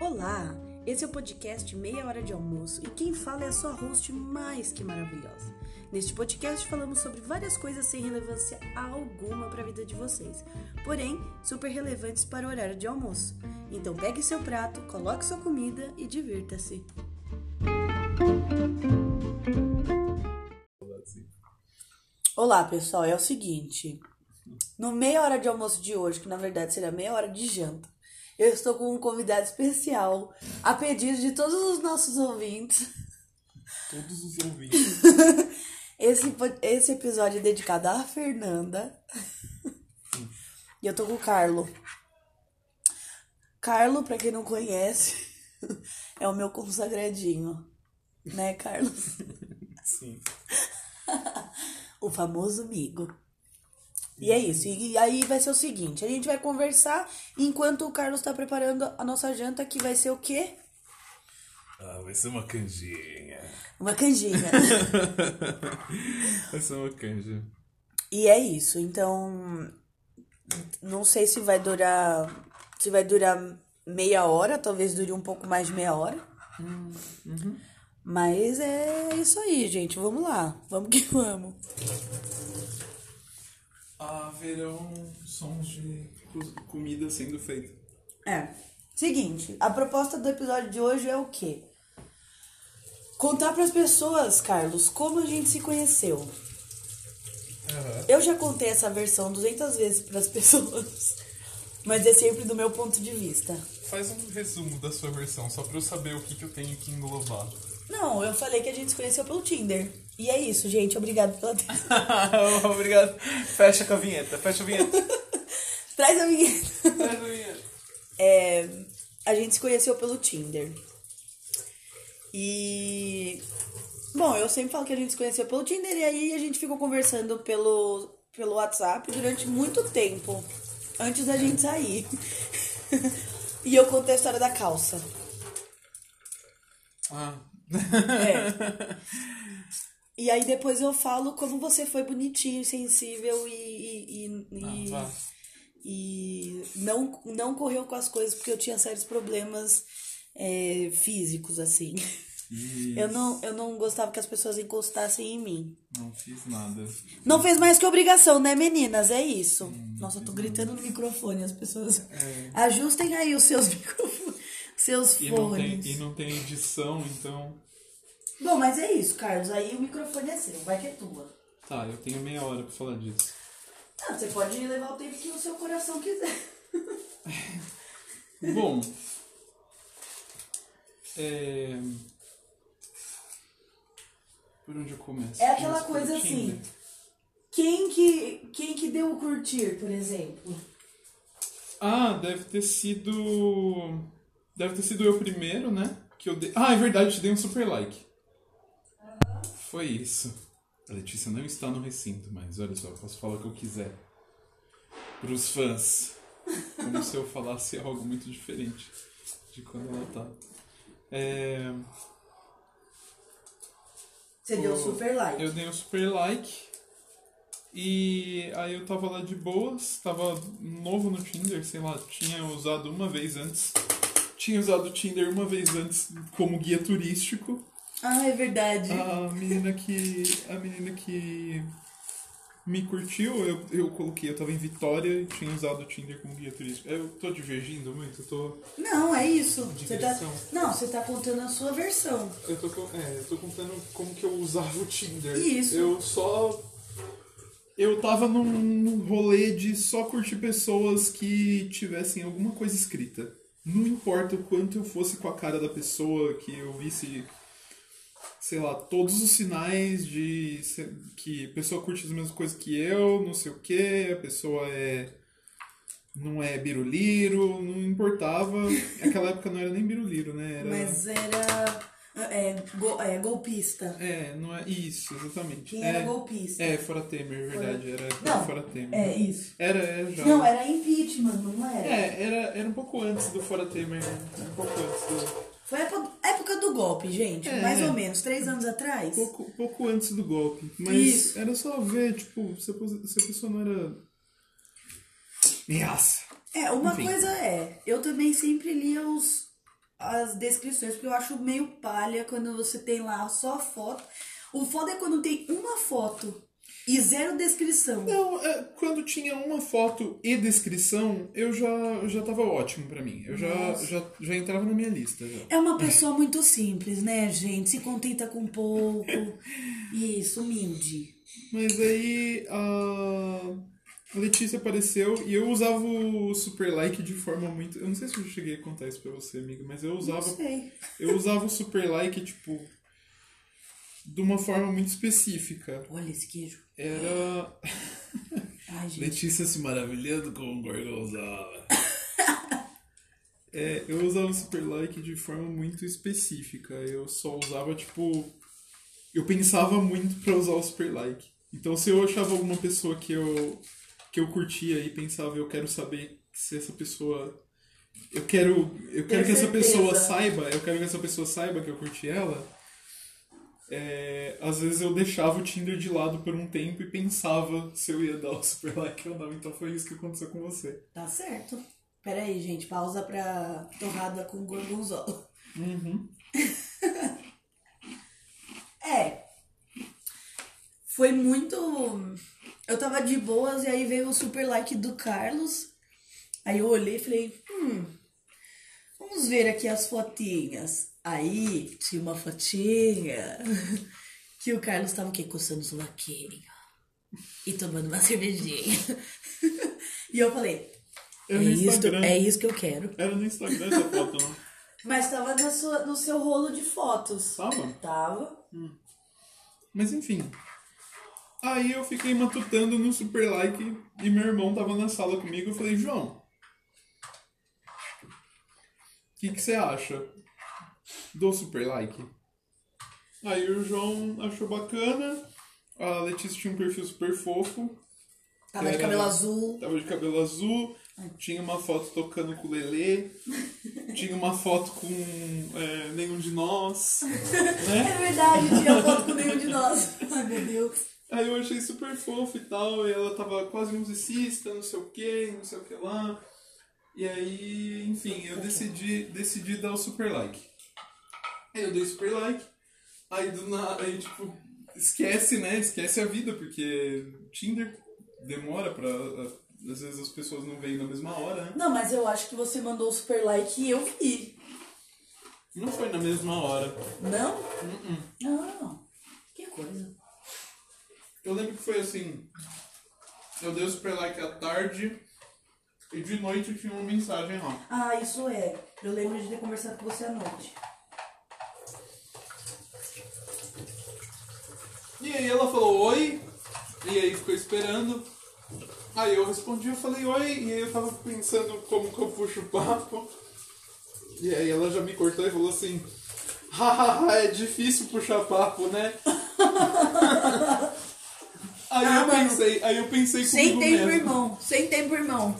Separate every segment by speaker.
Speaker 1: Olá, esse é o podcast Meia Hora de Almoço e quem fala é a sua host mais que maravilhosa. Neste podcast falamos sobre várias coisas sem relevância alguma para a vida de vocês, porém super relevantes para o horário de almoço. Então pegue seu prato, coloque sua comida e divirta-se. Olá pessoal, é o seguinte. No meia hora de almoço de hoje, que na verdade será meia hora de janta, eu estou com um convidado especial, a pedido de todos os nossos ouvintes.
Speaker 2: Todos os ouvintes.
Speaker 1: Esse, po- esse episódio é dedicado à Fernanda. E eu tô com o Carlo. Carlo, pra quem não conhece, é o meu consagradinho. Né, Carlos?
Speaker 2: Sim.
Speaker 1: O famoso amigo. E é isso. E aí vai ser o seguinte: a gente vai conversar enquanto o Carlos tá preparando a nossa janta, que vai ser o quê?
Speaker 2: Ah, vai ser uma canjinha.
Speaker 1: Uma canjinha.
Speaker 2: Vai ser uma canja.
Speaker 1: E é isso, então não sei se vai durar, se vai durar meia hora, talvez dure um pouco mais de meia hora. Mas é isso aí, gente, vamos lá. Vamos que vamos.
Speaker 2: Haverão Ah, sons de co- comida sendo feita.
Speaker 1: É. Seguinte, a proposta do episódio de hoje é o quê? Contar pras pessoas, Carlos, como a gente se conheceu.
Speaker 2: É,
Speaker 1: Eu já contei essa versão 200 vezes pras pessoas, mas é sempre do meu ponto de vista.
Speaker 2: Faz um resumo da sua versão, só pra eu saber o que, que eu tenho que englobar.
Speaker 1: Não, eu falei que a gente se conheceu pelo Tinder. E é isso, gente. Obrigado pela.
Speaker 2: Obrigado. Fecha com a vinheta, fecha a vinheta.
Speaker 1: Traz a minha.
Speaker 2: Fecha a vinheta.
Speaker 1: É, a gente se conheceu pelo Tinder. E. Bom, eu sempre falo que a gente se conheceu pelo Tinder e aí a gente ficou conversando pelo, pelo WhatsApp durante muito tempo. Antes da gente sair. e eu contei a história da calça.
Speaker 2: Ah,
Speaker 1: É. E aí depois eu falo como você foi bonitinho, sensível e, e, e-
Speaker 2: Ah, tá.
Speaker 1: e não, não correu com as coisas porque eu tinha sérios problemas é, físicos, assim.
Speaker 2: e
Speaker 1: Eu não, eu não gostava que as pessoas encostassem em mim.
Speaker 2: não fiz nada.
Speaker 1: Não fez mais que obrigação, né, meninas? É isso. Nossa, eu tô gritando no microfone, as pessoas. Ajustem aí os seus microfones. Seus
Speaker 2: É. E
Speaker 1: fones.
Speaker 2: não, tem, e não tem edição, então.
Speaker 1: Bom, mas é isso, Carlos. Aí o microfone é seu, vai que é tua.
Speaker 2: Tá, eu tenho meia hora pra falar disso.
Speaker 1: Ah, você pode levar o tempo que o seu coração quiser.
Speaker 2: Bom. É... Por onde eu começo?
Speaker 1: É aquela
Speaker 2: Começo pelo
Speaker 1: coisa
Speaker 2: Tinder.
Speaker 1: assim. Quem que, quem que deu o curtir, por exemplo?
Speaker 2: Ah, deve ter sido. Deve ter sido eu primeiro, né? Que eu dei... Ah, é verdade, eu te dei um super like. Foi isso. A Letícia não está no recinto, mas olha só, eu posso falar o que eu quiser. Pros fãs. Como se eu falasse algo muito diferente de quando ela tá. É...
Speaker 1: Você deu
Speaker 2: O-
Speaker 1: super like.
Speaker 2: Eu dei um super like. E aí eu tava lá de boas, tava novo no Tinder, sei lá, tinha usado uma vez antes. Tinha usado o Tinder uma vez antes como guia turístico.
Speaker 1: Ah, é verdade.
Speaker 2: A menina que. A menina que me curtiu, eu, eu coloquei, eu tava em Vitória e tinha usado o Tinder como guia turístico. Eu tô divergindo muito, eu tô.
Speaker 1: Não, é isso.
Speaker 2: De
Speaker 1: Você tá,
Speaker 2: versão.
Speaker 1: não, você tá contando a sua versão.
Speaker 2: Eu tô, co- é, eu tô contando como que eu usava o Tinder.
Speaker 1: Isso.
Speaker 2: Eu só. Eu tava num, num rolê de só curtir pessoas que tivessem alguma coisa escrita. Não importa o quanto eu fosse com a cara da pessoa, que eu visse, sei lá, todos os sinais de se- que a pessoa curte as mesmas coisas que eu, não sei o que, a pessoa é. Não é biruliro, não importava. Naquela época não era nem biruliro, né? Era...
Speaker 1: Mas era é, go- é, golpista.
Speaker 2: É, não é isso, exatamente.
Speaker 1: Quem
Speaker 2: é,
Speaker 1: era golpista?
Speaker 2: é, fora Temer, verdade. Era
Speaker 1: Não,
Speaker 2: fora Temer.
Speaker 1: É isso.
Speaker 2: Era, era já.
Speaker 1: Não, era impeachment, não era?
Speaker 2: É, era, era um pouco antes do fora Temer. né? Um pouco antes do.
Speaker 1: Foi a época- época do golpe, gente.
Speaker 2: É.
Speaker 1: Mais ou menos, três anos atrás.
Speaker 2: Pouco, pouco antes do golpe. Mas
Speaker 1: Isso.
Speaker 2: era só ver, tipo, se a, pos- se a pessoa não era. Reaça.
Speaker 1: É, uma
Speaker 2: Enfim.
Speaker 1: é, coisa é, eu também sempre lia os, as descrições, porque eu acho meio palha quando você tem lá só a foto. O foda é quando tem uma foto e zero descrição.
Speaker 2: Não, é, quando tinha uma foto e descrição, eu já, já tava ótimo pra mim. Eu já, já, já entrava na minha lista. já.
Speaker 1: É uma pessoa muito simples, né, gente? Se contenta com pouco. Isso, humilde.
Speaker 2: Mas aí a Letícia apareceu e eu usava o super like de forma muito. Eu não sei se eu cheguei a contar isso pra você, amigo, mas eu
Speaker 1: Não
Speaker 2: usava
Speaker 1: sei.
Speaker 2: eu usava o super like, tipo, de uma forma muito específica.
Speaker 1: Olha esse queijo. Ah,
Speaker 2: Era
Speaker 1: Ai, gente.
Speaker 2: Letícia se maravilhando com o gorgonzola. é, eu usava o super like de forma muito específica. Eu só usava, tipo. Eu pensava muito pra usar o super like. Então, se eu achava alguma pessoa que eu, que eu curtia e pensava, eu quero saber se essa pessoa. Eu quero, eu quero
Speaker 1: Ter
Speaker 2: que essa
Speaker 1: certeza.
Speaker 2: pessoa saiba, eu quero que essa pessoa saiba que eu curti ela. É, às vezes eu deixava o Tinder de lado por um tempo e pensava se eu ia dar o super like ou não. Então foi isso que aconteceu com você.
Speaker 1: Tá certo. Pera aí, gente. Pausa pra torrada com gorgonzola.
Speaker 2: Uhum.
Speaker 1: É. Foi muito. Eu tava de boas e aí veio o super like do Carlos. Aí eu olhei e falei, hum, vamos ver aqui as fotinhas. Aí tinha uma fotinha que o Carlos tava o quê? Coçando o sovaquinho e tomando uma cervejinha. E eu falei,
Speaker 2: Era
Speaker 1: é
Speaker 2: no
Speaker 1: isso,
Speaker 2: Instagram.
Speaker 1: é isso que eu quero.
Speaker 2: Era no Instagram essa foto, não?
Speaker 3: Mas tava na sua- no seu rolo de fotos.
Speaker 2: Tava?
Speaker 3: Tava.
Speaker 2: Mas enfim. Aí eu fiquei matutando no super like e meu irmão tava na sala comigo. Eu falei, João, o que que você acha do super like? Aí o João achou bacana. A Letícia tinha um perfil super fofo.
Speaker 1: Tava de
Speaker 2: Era-
Speaker 1: cabelo azul.
Speaker 2: Tava de cabelo azul, tinha uma foto tocando com o Lelê, tinha uma foto com é, nenhum de nós, né?
Speaker 1: É verdade, tinha foto com nenhum de nós. Ai, meu Deus.
Speaker 2: Aí eu achei super fofo e tal, e ela tava quase um musicista, não sei o que, não sei o que lá. E aí, enfim, eu decidi, decidi dar o super like. Aí eu dei super like, aí do nada, aí tipo, esquece, né? Esquece a vida, porque Tinder demora pra. Às vezes as pessoas não veem na mesma hora, né?
Speaker 1: Não, mas eu acho que você mandou o super like e eu vi.
Speaker 2: Não foi na mesma hora.
Speaker 1: Não? Uh-uh. Não. Que coisa.
Speaker 2: Eu lembro que foi assim. Eu dei o super like à tarde e de noite tinha uma mensagem lá.
Speaker 1: Ah, isso é. Eu lembro de ter conversado com você à noite.
Speaker 2: E aí ela falou oi, e aí ficou esperando. Aí eu respondi, eu falei oi, e aí eu tava pensando como que eu puxo o papo. E aí ela já me cortou e falou assim, hahaha, é difícil puxar papo, né? aí
Speaker 1: Ah,
Speaker 2: eu
Speaker 1: mano.
Speaker 2: pensei, aí eu pensei
Speaker 1: Sem
Speaker 2: comigo
Speaker 1: tempo,
Speaker 2: mesmo.
Speaker 1: irmão. Sem tempo, irmão.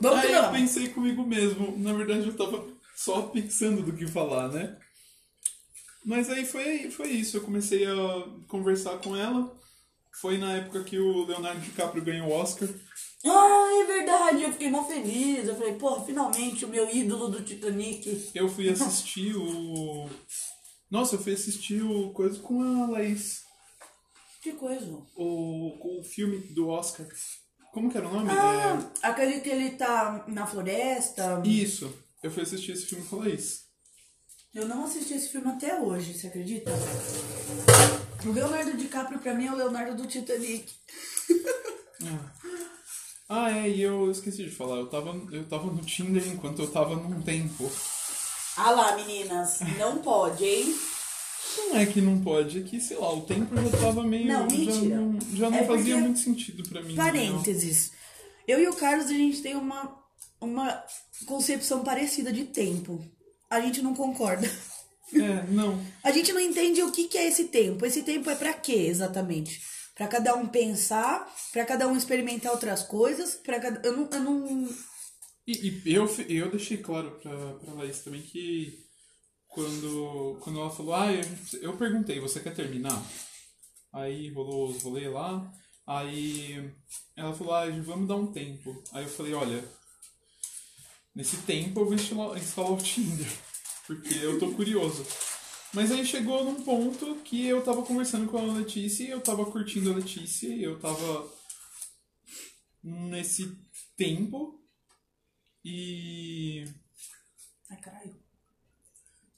Speaker 1: Vamos que
Speaker 2: Aí eu
Speaker 1: vamos.
Speaker 2: pensei comigo mesmo. Na verdade, eu tava só pensando do que falar, né? Mas aí foi, foi isso. Eu comecei a conversar com ela. Foi na época que o Leonardo DiCaprio ganhou o Oscar.
Speaker 1: Ah, é verdade. Eu fiquei mó feliz. Eu falei, pô, finalmente o meu ídolo do Titanic.
Speaker 2: Eu fui assistir o. Nossa, eu fui assistir o coisa com a Laís.
Speaker 1: Que coisa.
Speaker 2: O, o filme do Oscar. Como que era o nome? É,
Speaker 1: Ah, aquele que ele tá na floresta.
Speaker 2: Isso. Eu fui assistir esse filme com a Laís.
Speaker 1: Eu não assisti esse filme até hoje, você acredita? O Leonardo DiCaprio pra mim é o Leonardo do Titanic.
Speaker 2: Ah, é, e eu esqueci de falar. Eu tava, eu tava no Tinder enquanto eu tava num tempo.
Speaker 1: Ah lá, meninas, não pode, hein?
Speaker 2: Não é que não pode, é que, sei lá, o tempo já tava meio.
Speaker 1: Não,
Speaker 2: já
Speaker 1: mentira.
Speaker 2: não- Já não,
Speaker 1: É porque-
Speaker 2: fazia muito sentido pra mim. né? entendeu?
Speaker 1: Parênteses. Eu e o Carlos, a gente tem uma, uma concepção parecida de tempo. A gente não concorda.
Speaker 2: É, não.
Speaker 1: A gente não entende o que, que é esse tempo. Esse tempo é pra quê, exatamente? Pra cada um pensar, pra cada um experimentar outras coisas, para cada... Eu não... Eu não...
Speaker 2: E, e eu, fi- eu deixei claro pra, pra Laís também que quando, quando ela falou, ah, eu, eu perguntei, você quer terminar? Aí rolou os rolê lá, aí ela falou, ah, vamos dar um tempo. Aí eu falei, olha, nesse tempo eu vou instalar, instalar o Tinder. porque eu tô curioso. Mas aí chegou num ponto que eu tava conversando com a Letícia e eu tava curtindo a Letícia e eu tava nesse tempo e
Speaker 1: Ai, caralho.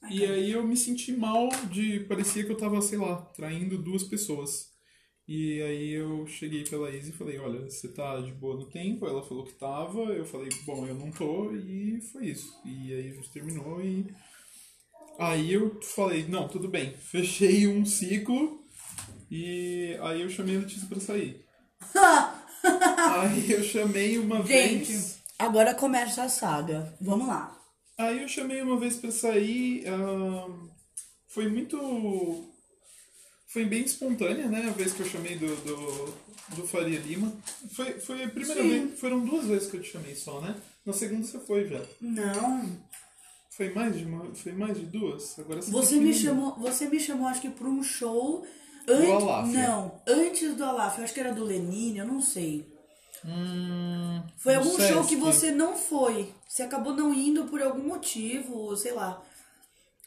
Speaker 2: e aí eu me senti mal de. Parecia que eu tava, sei lá, traindo duas pessoas. E aí eu cheguei pra Laís e falei, olha, você tá de boa no tempo? Ela falou que tava, eu falei, bom, eu não tô, e foi isso. E aí a gente terminou e. Aí eu falei, não, tudo bem, fechei um ciclo e aí eu chamei a Letícia pra sair.
Speaker 1: Ah!
Speaker 2: aí eu chamei uma
Speaker 1: Gente,
Speaker 2: vez.
Speaker 1: agora começa a saga. Vamos lá.
Speaker 2: Aí eu chamei uma vez pra sair. ah, foi muito. Foi bem espontânea, né? A vez que eu chamei do, do, do Faria Lima. Foi, foi a primeira
Speaker 1: Sim.
Speaker 2: vez. Foram duas vezes que eu te chamei só, né? Na segunda você foi já.
Speaker 1: Não.
Speaker 2: Foi mais de uma. Foi mais de duas? Agora tá
Speaker 1: Você me
Speaker 2: pequenininha.
Speaker 1: chamou, você me chamou acho que para um show
Speaker 2: Do
Speaker 1: antes,
Speaker 2: Alaf.
Speaker 1: não, antes do Alaf, eu acho que era do Lenine, eu não sei.
Speaker 2: Hum,
Speaker 1: Foi
Speaker 2: no
Speaker 1: algum show que
Speaker 2: Sesc.
Speaker 1: você não foi. Você acabou não indo por algum motivo, ou sei lá.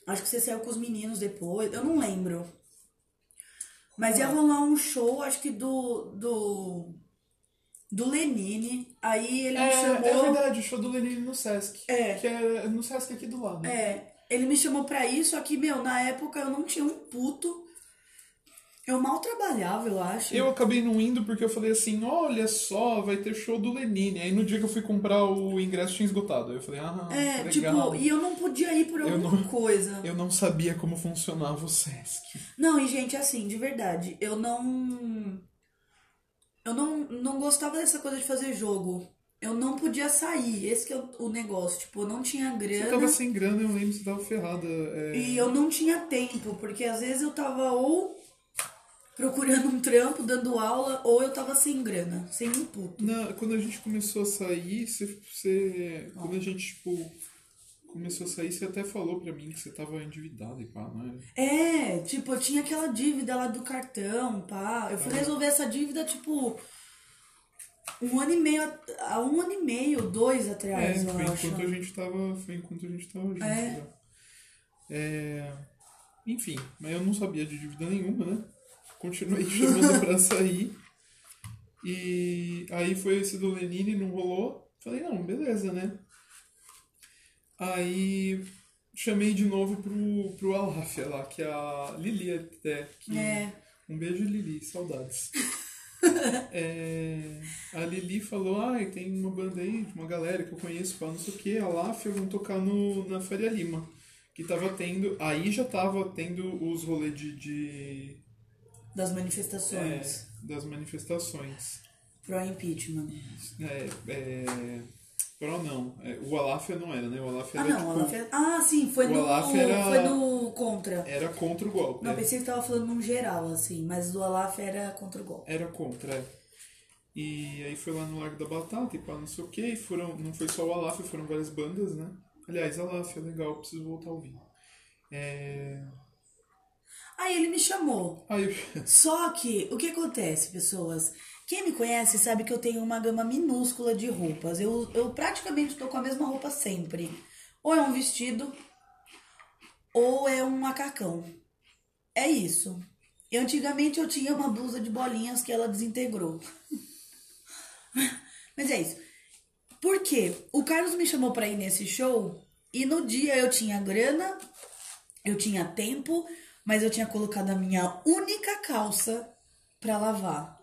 Speaker 1: Acho que você saiu com os meninos depois, eu não lembro. Mas ia rolar um show, acho que do do do Lenine. Aí ele me
Speaker 2: É, é
Speaker 1: chamou
Speaker 2: verdade, o show do Lenine no Sesc.
Speaker 1: É.
Speaker 2: Que é no Sesc aqui do lado.
Speaker 1: É, ele me chamou pra isso, só que, meu, na época eu não tinha um puto. Eu mal trabalhava, eu acho.
Speaker 2: Eu acabei não indo porque eu falei assim, olha só, vai ter show do Lenine. Aí no dia que eu fui comprar o ingresso tinha esgotado. Aí eu falei, ah,
Speaker 1: É,
Speaker 2: que legal.
Speaker 1: tipo, e eu não podia ir por
Speaker 2: Eu
Speaker 1: alguma
Speaker 2: não-
Speaker 1: coisa.
Speaker 2: Eu não sabia como funcionava o Sesc.
Speaker 1: Não, e gente, assim, de verdade, eu não. Eu não, não gostava dessa coisa de fazer jogo. Eu não podia sair, esse que é o- o negócio. Tipo, eu não tinha grana.
Speaker 2: Você tava sem grana, eu lembro, você tava ferrada. é.
Speaker 1: E eu não tinha tempo, porque às vezes eu tava ou procurando um trampo, dando aula, ou eu tava sem grana, sem um puto.
Speaker 2: Na- quando a gente começou a sair, você, você- Quando a gente, tipo, começou a sair, você até falou pra mim que você tava endividada e pá, não é?
Speaker 1: É, tipo, eu tinha aquela dívida lá do cartão, pá. Eu fui resolver essa dívida, tipo, um ano e meio, a- a um ano e meio, dois
Speaker 2: É,
Speaker 1: atrás,
Speaker 2: foi
Speaker 1: eu acho.
Speaker 2: enquanto a gente tava. Foi enquanto a gente tava junto.
Speaker 1: É.
Speaker 2: já. É, Enfim, mas eu não sabia de dívida nenhuma, né? Continuei chamando pra sair. E aí foi esse do Lenine, não rolou. Falei, não, beleza, né? Aí chamei de novo pro, pro Alaf lá, que a Lili até. Que...
Speaker 1: É.
Speaker 2: Um beijo, Lili, saudades. É, a Lili falou, ai, tem uma banda aí, de uma galera que eu conheço, pá, não sei o que, a Láfia vão tocar no, na Faria Lima. Que tava tendo. Aí já tava tendo os rolês de. de
Speaker 1: Das
Speaker 2: é,
Speaker 1: manifestações
Speaker 2: das manifestações.
Speaker 1: pro impeachment.
Speaker 2: É, é, pro não. É, o Aláfia não era, né? O Aláfia
Speaker 1: Ah,
Speaker 2: era,
Speaker 1: não,
Speaker 2: tipo,
Speaker 1: ela fez... Ah, sim, foi
Speaker 2: o
Speaker 1: no,
Speaker 2: Olaf era- É.
Speaker 1: foi no contra.
Speaker 2: era contra o golpe.
Speaker 1: é Não,
Speaker 2: é.
Speaker 1: pensei que tava falando num geral, assim, mas do Alaf era contra o golpe.
Speaker 2: Era contra, é. E aí foi lá no Largo da Batata e pá, não sei o que. Foram, não foi só o Alaf, foram várias bandas, né? Aliás, Alaf é legal, preciso voltar a ouvir. É...
Speaker 1: Aí ele me chamou.
Speaker 2: Aí eu...
Speaker 1: Só que, o que acontece, pessoas? Quem me conhece sabe que eu tenho uma gama minúscula de roupas. Eu, eu praticamente tô com a mesma roupa sempre. Ou é um vestido, ou é um macacão. É isso. E antigamente eu tinha uma blusa de bolinhas que ela desintegrou. Mas é isso. Por quê? O Carlos me chamou pra ir nesse show e no dia eu tinha grana, eu tinha tempo, mas eu tinha colocado a minha única calça pra lavar.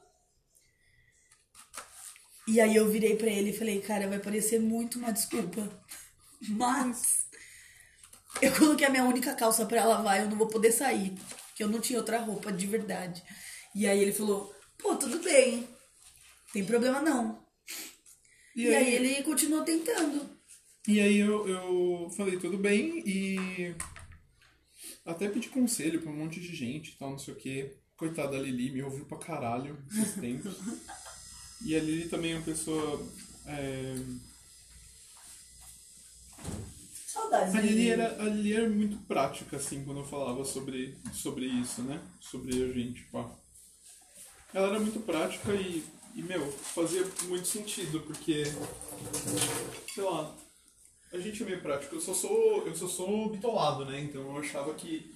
Speaker 1: E aí eu virei pra ele e falei, cara, vai parecer muito uma desculpa. Mas eu coloquei a minha única calça pra lavar, eu não vou poder sair, porque eu não tinha outra roupa de verdade. E aí ele falou: "Pô, tudo bem. Tem problema não". E, aí? ele continuou tentando.
Speaker 2: E aí eu, eu falei, tudo bem, e até pedi conselho pra um monte de gente e tal, não sei o que. Coitada da Lili, me ouviu pra caralho esses tempos. e a Lili também é uma pessoa. é,
Speaker 1: Saudades.
Speaker 2: A Lili
Speaker 1: dele.
Speaker 2: era, a Lili era muito prática, assim, quando eu falava sobre, sobre isso, né? Sobre a gente, pá. Ela era muito prática e, e, meu, fazia muito sentido, porque, sei lá, A gente é meio prático. Eu só sou, eu só sou bitolado, né? Então eu achava que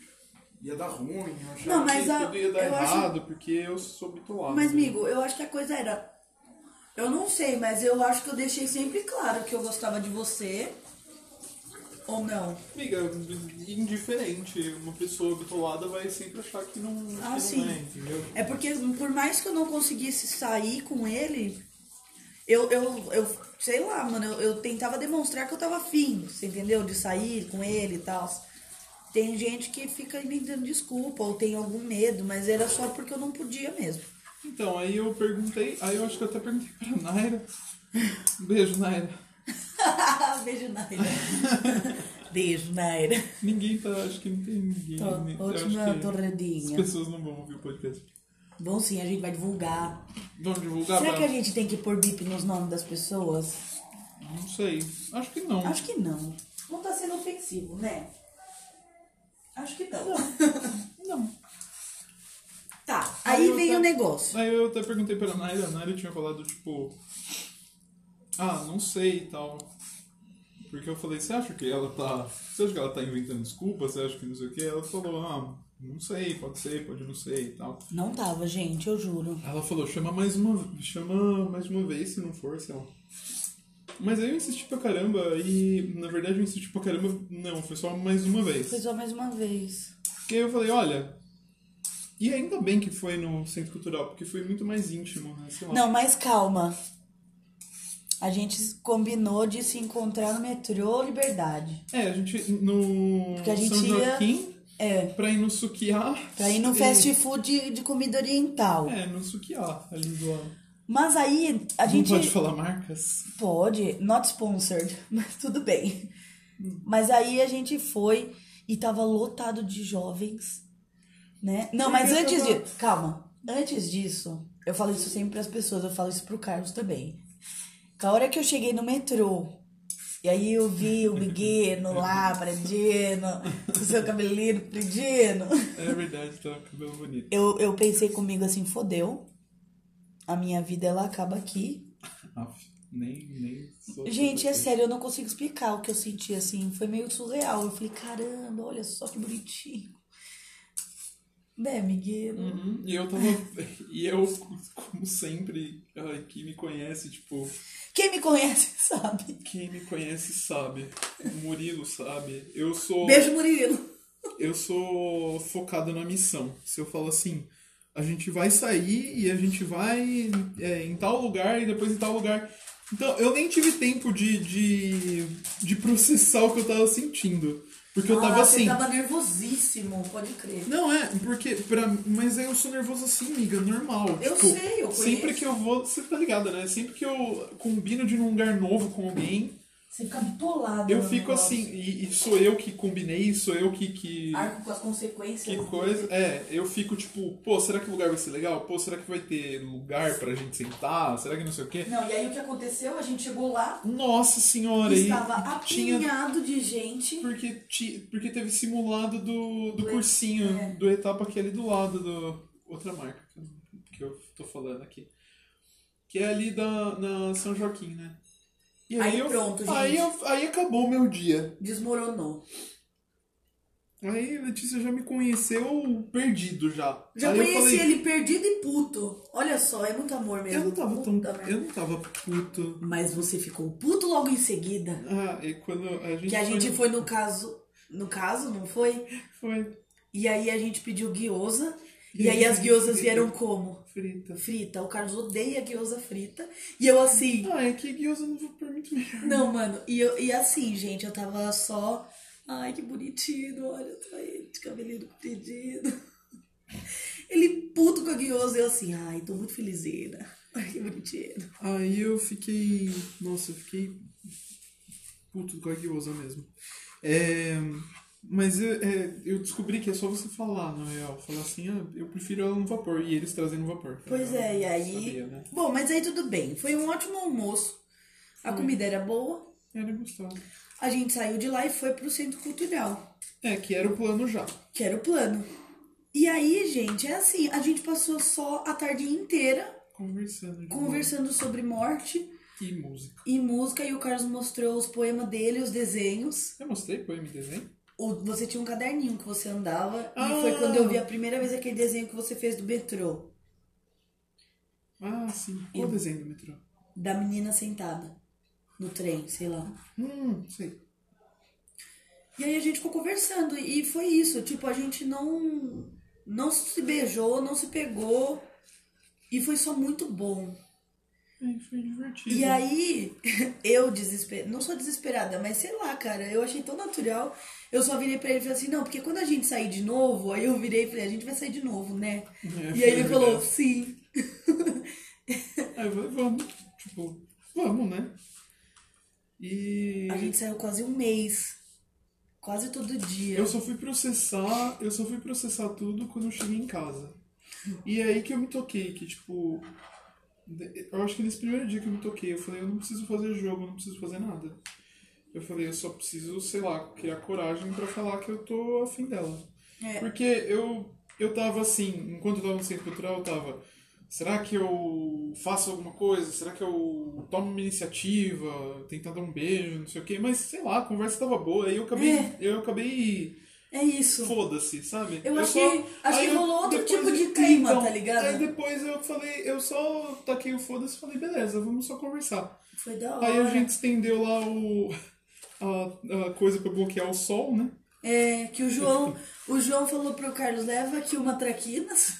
Speaker 2: ia dar ruim, eu achava
Speaker 1: Não, mas
Speaker 2: que
Speaker 1: a-
Speaker 2: tudo ia dar
Speaker 1: eu acho-
Speaker 2: errado, porque eu sou bitolado.
Speaker 1: Mas,
Speaker 2: né?
Speaker 1: amigo, eu acho que a coisa era. Eu não sei, mas eu acho que eu deixei sempre claro que eu gostava de você. Ou não?
Speaker 2: Amiga, indiferente. Uma pessoa bitolada vai sempre achar que não, que
Speaker 1: Ah,
Speaker 2: não
Speaker 1: sim.
Speaker 2: é, entendeu?
Speaker 1: É porque, por mais que eu não conseguisse sair com ele, eu, eu, eu sei lá, mano, eu, eu tentava demonstrar que eu tava afim, você entendeu? De sair com ele e tal. Tem gente que fica inventando desculpa ou tem algum medo, mas era só porque eu não podia mesmo.
Speaker 2: Então, aí eu perguntei, aí eu acho que eu até perguntei pra Naira. Um Beijo, Naira.
Speaker 1: Beijo, Naira. Beijo, Naira.
Speaker 2: Ninguém tá, acho que não tem ninguém.
Speaker 1: Tô-
Speaker 2: né? Eu acho
Speaker 1: última
Speaker 2: que
Speaker 1: torradinha.
Speaker 2: As pessoas não vão ouvir o podcast.
Speaker 1: Bom, sim, a gente vai divulgar.
Speaker 2: Vão divulgar
Speaker 1: Será
Speaker 2: pra-
Speaker 1: que a gente tem que pôr bip nos nomes das pessoas?
Speaker 2: Não sei. Acho que não.
Speaker 1: Acho que não. Não tá sendo ofensivo, né? Acho que não.
Speaker 2: Não.
Speaker 1: Tá, aí
Speaker 2: eu
Speaker 1: vem
Speaker 2: tá-
Speaker 1: o negócio.
Speaker 2: Aí eu até perguntei pra Naira, a Naira tinha falado, tipo. Ah, não sei e tal. Porque eu falei, você acha que ela tá. Você acha que ela tá inventando desculpa? Você acha que não sei o quê? Ela falou, ah, não sei, pode ser, pode não sei e tal.
Speaker 1: Não tava, gente, eu juro.
Speaker 2: Ela falou, chama mais uma, chama mais uma vez se não for, sei lá. Mas aí eu insisti pra caramba e, na verdade, eu insisti pra caramba, não, foi só mais uma vez.
Speaker 1: Foi só mais uma vez.
Speaker 2: Porque eu falei, olha, e ainda bem que foi no Centro Cultural, porque foi muito mais íntimo, né, sei lá.
Speaker 1: Não, mas calma. A gente combinou de se encontrar no metrô Liberdade.
Speaker 2: É, a gente no
Speaker 1: Porque a gente
Speaker 2: São
Speaker 1: ia-
Speaker 2: Joaquim,
Speaker 1: É,
Speaker 2: pra ir no Sukiá.
Speaker 1: pra ir no
Speaker 2: e-
Speaker 1: fast food de, de comida oriental.
Speaker 2: É, no Sukiá, ali do lado.
Speaker 1: Mas aí a
Speaker 2: Não
Speaker 1: gente.
Speaker 2: pode falar marcas?
Speaker 1: Pode, not sponsored, mas tudo bem. Mas aí a gente foi e tava lotado de jovens, né? Não, mas
Speaker 2: Porque
Speaker 1: antes
Speaker 2: tava-
Speaker 1: disso, calma. Antes disso, eu falo isso sempre pras pessoas, eu falo isso pro Carlos também. Que a hora que eu cheguei no metrô, e aí eu vi o Miguel lá, paredino, o seu cabelinho paredino.
Speaker 2: É verdade, tá com cabelo bonito.
Speaker 1: Eu, eu pensei comigo assim, fodeu. A minha vida, ela acaba aqui.
Speaker 2: Aff, nem, nem sou.
Speaker 1: Gente, é sério, eu não consigo explicar o que eu senti, assim. Foi meio surreal. Eu falei, caramba, olha só que bonitinho. Né, Miguel?
Speaker 2: Uhum, E eu tava. e eu, como sempre, ai, quem me conhece, tipo,
Speaker 1: Quem me conhece sabe.
Speaker 2: quem me conhece sabe. O Murilo sabe. Eu sou.
Speaker 1: Beijo, Murilo.
Speaker 2: Eu sou focado na missão. Se eu falo assim, a gente vai sair e a gente vai é, em tal lugar e depois em tal lugar. Então, eu nem tive tempo de, de, de processar o que eu tava sentindo. Porque eu tava
Speaker 1: ah,
Speaker 2: assim.
Speaker 1: Você tava nervosíssimo, pode crer.
Speaker 2: Não, é, porque. Pra, mas eu sou nervoso assim, amiga, normal.
Speaker 1: Eu
Speaker 2: Tipo,
Speaker 1: sei, eu
Speaker 2: Sempre
Speaker 1: conheço.
Speaker 2: que eu vou. Você tá ligada, né? Sempre que eu combino de ir num lugar novo com alguém,
Speaker 1: Você fica bitolado.
Speaker 2: eu
Speaker 1: no
Speaker 2: fico
Speaker 1: negócio.
Speaker 2: assim. E, e sou eu que combinei, sou eu que. que...
Speaker 1: Arco com as consequências.
Speaker 2: Que coisa. É, eu fico tipo, pô, será que o lugar vai ser legal? Pô, será que vai ter lugar pra gente sentar? Será que não sei o quê?
Speaker 1: Não, e aí o que aconteceu? A gente chegou lá,
Speaker 2: Nossa senhora, e
Speaker 1: estava
Speaker 2: tinha.
Speaker 1: apinhado de gente.
Speaker 2: Porque, ti- porque teve simulado do, do
Speaker 1: Do-
Speaker 2: cursinho,
Speaker 1: é.
Speaker 2: do etapa aqui ali do lado, do outra marca que eu- que eu tô falando aqui. Que é ali da, na São Joaquim, né? E
Speaker 1: Aí
Speaker 2: eu,
Speaker 1: pronto, gente.
Speaker 2: Aí, eu- aí acabou o meu dia.
Speaker 1: Desmoronou.
Speaker 2: Aí a Letícia já me conheceu perdido já.
Speaker 1: Já
Speaker 2: aí eu
Speaker 1: conheci
Speaker 2: falei,
Speaker 1: ele perdido e puto. Olha só, é muito amor mesmo.
Speaker 2: Eu não tava tão.
Speaker 1: Puta merda.
Speaker 2: Eu não tava puto.
Speaker 1: Mas você ficou puto logo em seguida.
Speaker 2: Ah, e quando a gente.
Speaker 1: Que a gente
Speaker 2: foi.
Speaker 1: foi no caso. No caso, não foi?
Speaker 2: foi
Speaker 1: E aí a gente pediu guiosa.
Speaker 2: E
Speaker 1: E aí as guiosas vieram como?
Speaker 2: frita.
Speaker 1: Frita. O Carlos odeia guiosa frita. E eu assim.
Speaker 2: Ah, é que guiosa não vou por muito melhor.
Speaker 1: Não, mano. E, eu, e assim, gente, eu tava só. Ai, que bonitinho, olha só ele, de cabelinho comprido. Ele puto com a guiosa. E eu assim, ai, tô muito felizinha. Olha que bonitinho.
Speaker 2: Aí eu fiquei. Nossa, eu fiquei. Puto com a guiosa mesmo. É. Mas eu, é, eu descobri que é só você falar, na real. Falar assim, ah, eu prefiro ela no vapor. E eles trazendo vapor.
Speaker 1: Pois
Speaker 2: Eu
Speaker 1: é, e aí.
Speaker 2: Sabia, né?
Speaker 1: Bom, mas aí tudo bem. Foi um ótimo almoço. A comida era boa.
Speaker 2: Era gostoso.
Speaker 1: A gente saiu de lá e foi pro centro cultural,
Speaker 2: É, que era o plano já.
Speaker 1: que era o plano. E aí, gente, é assim, a gente passou só a tarde inteira
Speaker 2: Conversando. de novo.
Speaker 1: conversando sobre morte,
Speaker 2: E música.
Speaker 1: E música, e o Carlos mostrou os poemas dele, os desenhos.
Speaker 2: Eu mostrei poema e desenho?
Speaker 1: O- Você tinha um caderninho que você andava,
Speaker 2: Ah!
Speaker 1: e foi quando eu vi a primeira vez aquele desenho que você fez do metrô,
Speaker 2: Ah, sim. Qual
Speaker 1: Eu-
Speaker 2: desenho do metrô?
Speaker 1: da menina sentada no trem, sei lá.
Speaker 2: Hum, sei.
Speaker 1: E aí a gente ficou conversando, e foi isso, tipo, a gente não, não se beijou, não se pegou, e foi só muito bom.
Speaker 2: É, foi divertido.
Speaker 1: E aí, eu desesperada, não sou desesperada, mas sei lá, cara, eu achei tão natural. Eu só virei pra ele e falei assim: não, porque quando a gente sair de novo, aí eu virei e falei: a gente vai sair de novo, né?
Speaker 2: É,
Speaker 1: E aí
Speaker 2: foi
Speaker 1: ele falou:
Speaker 2: verdade.
Speaker 1: sim.
Speaker 2: Aí vai, vamos. Tipo, vamos, né? E.
Speaker 1: A gente saiu quase um mês, quase todo dia.
Speaker 2: Eu só fui processar, eu só fui processar tudo quando eu cheguei em casa. E é aí que eu me toquei, que tipo, eu acho que nesse primeiro dia que eu me toquei, eu falei, eu não preciso fazer jogo, eu não preciso fazer nada. Eu falei, eu só preciso, sei lá, criar coragem pra falar que eu tô afim dela.
Speaker 1: É.
Speaker 2: Porque eu eu tava assim, enquanto eu tava no centro cultural, eu tava, será que eu faço alguma coisa? Será que eu tomo uma iniciativa, tentar dar um beijo, não sei o quê, mas sei lá, a conversa tava boa, aí eu acabei
Speaker 1: É.
Speaker 2: eu acabei
Speaker 1: É isso.
Speaker 2: Foda-se, sabe?
Speaker 1: Eu acho
Speaker 2: só-
Speaker 1: que- acho
Speaker 2: aí
Speaker 1: que
Speaker 2: eu-
Speaker 1: rolou outro
Speaker 2: depois
Speaker 1: tipo de
Speaker 2: eu- é, então,
Speaker 1: clima, tá ligado?
Speaker 2: Aí depois eu falei, eu só taquei o foda-se e falei, beleza, vamos só conversar.
Speaker 1: Foi da hora.
Speaker 2: Aí a gente estendeu lá o. A, a coisa pra bloquear o sol, né?
Speaker 1: É, que o João, o João falou pro Carlos: leva aqui uma traquinas.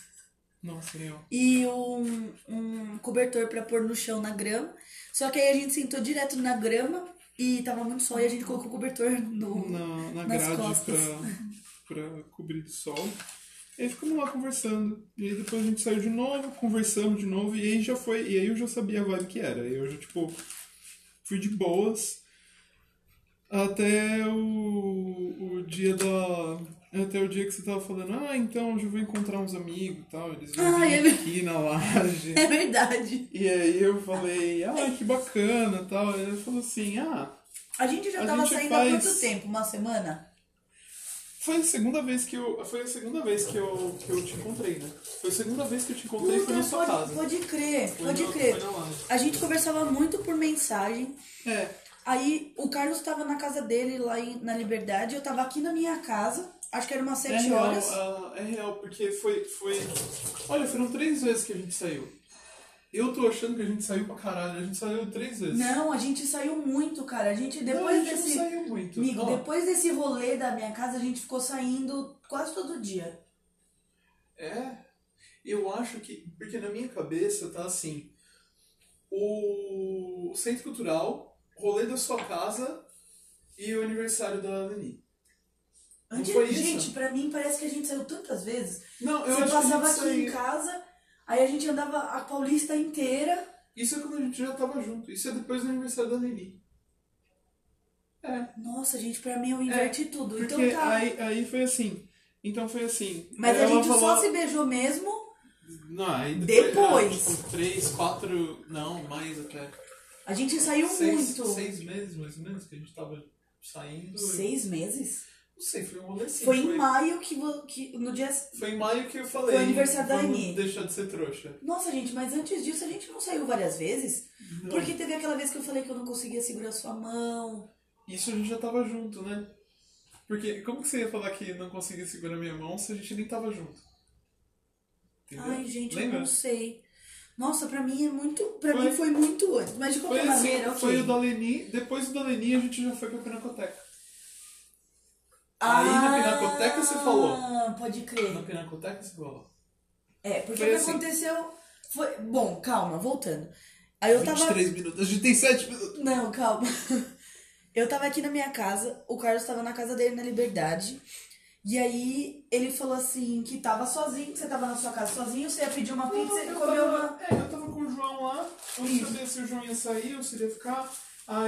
Speaker 2: Nossa, legal.
Speaker 1: e um, um cobertor pra pôr no chão na grama. Só que aí a gente sentou direto na grama e tava muito sol e a gente colocou o cobertor no.
Speaker 2: Na, na
Speaker 1: Tipo, Nas
Speaker 2: grade pra,
Speaker 1: costas.
Speaker 2: pra cobrir do sol. E aí ficamos lá conversando. E aí depois a gente saiu de novo, conversamos de novo, e aí já foi. E aí eu já sabia a vibe que era. Eu já, tipo, fui de boas até o, o dia da. Até o dia que você tava falando, ah, então hoje eu vou encontrar uns amigos e tal, eles vão
Speaker 1: Ah,
Speaker 2: vir
Speaker 1: ele-
Speaker 2: aqui na laje.
Speaker 1: É verdade.
Speaker 2: E aí eu falei, ah, que bacana e tal. Aí ele falou assim, ah,
Speaker 1: A gente já
Speaker 2: A
Speaker 1: tava
Speaker 2: gente
Speaker 1: saindo há
Speaker 2: faz-
Speaker 1: quanto tempo? Uma semana?
Speaker 2: Foi a segunda vez que eu. Foi a segunda vez que eu, que eu te encontrei, né? Foi a segunda vez que eu te encontrei foi na sua
Speaker 1: pode,
Speaker 2: casa.
Speaker 1: pode crer,
Speaker 2: Foi
Speaker 1: pode
Speaker 2: na-
Speaker 1: crer.
Speaker 2: foi na laje.
Speaker 1: A gente conversava muito por mensagem.
Speaker 2: É.
Speaker 1: Aí o Carlos tava na casa dele lá em- na Liberdade, eu tava aqui na minha casa, acho que era umas
Speaker 2: É
Speaker 1: sete
Speaker 2: real,
Speaker 1: horas.
Speaker 2: ah, é real, porque foi, foi. Olha, foram três vezes que a gente saiu. Eu tô achando que a gente saiu pra caralho, a gente saiu três vezes.
Speaker 1: Não, a gente saiu muito, cara. A gente
Speaker 2: Não,
Speaker 1: depois
Speaker 2: a gente
Speaker 1: desse.
Speaker 2: não saiu muito.
Speaker 1: Amigo,
Speaker 2: Ó,
Speaker 1: depois desse rolê da minha casa, a gente ficou saindo quase todo dia.
Speaker 2: É. Eu acho que. Porque na minha cabeça tá assim. O Centro Cultural, rolê da sua casa e o aniversário da Leni. Não
Speaker 1: Antes,
Speaker 2: foi isso?
Speaker 1: gente, pra mim parece que a gente saiu tantas vezes.
Speaker 2: Não, eu
Speaker 1: Você
Speaker 2: acho
Speaker 1: passava
Speaker 2: que a
Speaker 1: aqui
Speaker 2: gente saiu-
Speaker 1: em casa, aí a gente andava a Paulista inteira.
Speaker 2: Isso é quando a gente já tava junto. Isso é depois do aniversário da Nelly. É.
Speaker 1: Nossa, gente, pra mim eu inverti tudo.
Speaker 2: Porque
Speaker 1: então tá.
Speaker 2: aí, aí foi assim. Então foi assim.
Speaker 1: Mas a
Speaker 2: Ela
Speaker 1: gente
Speaker 2: falou...
Speaker 1: só se beijou mesmo.
Speaker 2: Não, aí
Speaker 1: Depois.
Speaker 2: ah, tipo, três, quatro. Não, mais até.
Speaker 1: A gente saiu
Speaker 2: seis,
Speaker 1: muito.
Speaker 2: Seis meses, mais ou menos, que a gente tava saindo.
Speaker 1: Seis meses?
Speaker 2: Não sei, foi um rolê assim.
Speaker 1: foi em maio que, vo- que. No dia.
Speaker 2: Foi em maio que eu falei.
Speaker 1: Foi o aniversário da
Speaker 2: vamos
Speaker 1: Nelly.
Speaker 2: Deixar de ser trouxa.
Speaker 1: Nossa, gente, mas antes disso a gente não saiu várias vezes?
Speaker 2: Não.
Speaker 1: Porque teve aquela vez que eu falei que eu não conseguia segurar sua mão.
Speaker 2: Isso a gente já tava junto, né? Porque como que você ia falar que não conseguia segurar minha mão se a gente nem tava junto? Entendeu?
Speaker 1: Ai, gente, eu
Speaker 2: Lembra?
Speaker 1: não sei. Nossa, pra mim é muito. Pra
Speaker 2: Foi-
Speaker 1: mim foi muito antes. Mas de
Speaker 2: Foi,
Speaker 1: qualquer
Speaker 2: assim,
Speaker 1: maneira, ok.
Speaker 2: foi o da Leni, depois do da Leni a gente já foi pra Pinacoteca.
Speaker 1: Ah,
Speaker 2: Aí na Pinacoteca você falou.
Speaker 1: Pode
Speaker 2: Na
Speaker 1: crer.
Speaker 2: Pinacoteca você falou.
Speaker 1: É, porque
Speaker 2: Foi
Speaker 1: o que
Speaker 2: assim.
Speaker 1: aconteceu. Foi. Bom, calma, voltando. Aí eu tava.
Speaker 2: 23 minutos, a gente tem 7 minutos.
Speaker 1: Não, calma. Eu tava aqui na minha casa, o Carlos tava na casa dele na Liberdade. E aí ele falou assim que tava sozinho, que você tava na sua casa sozinho, você ia pedir uma pizza e
Speaker 2: eu
Speaker 1: comeu uma.
Speaker 2: tava, é, eu tava com o João lá, eu não sabia se o João ia sair ou se ele ia ficar.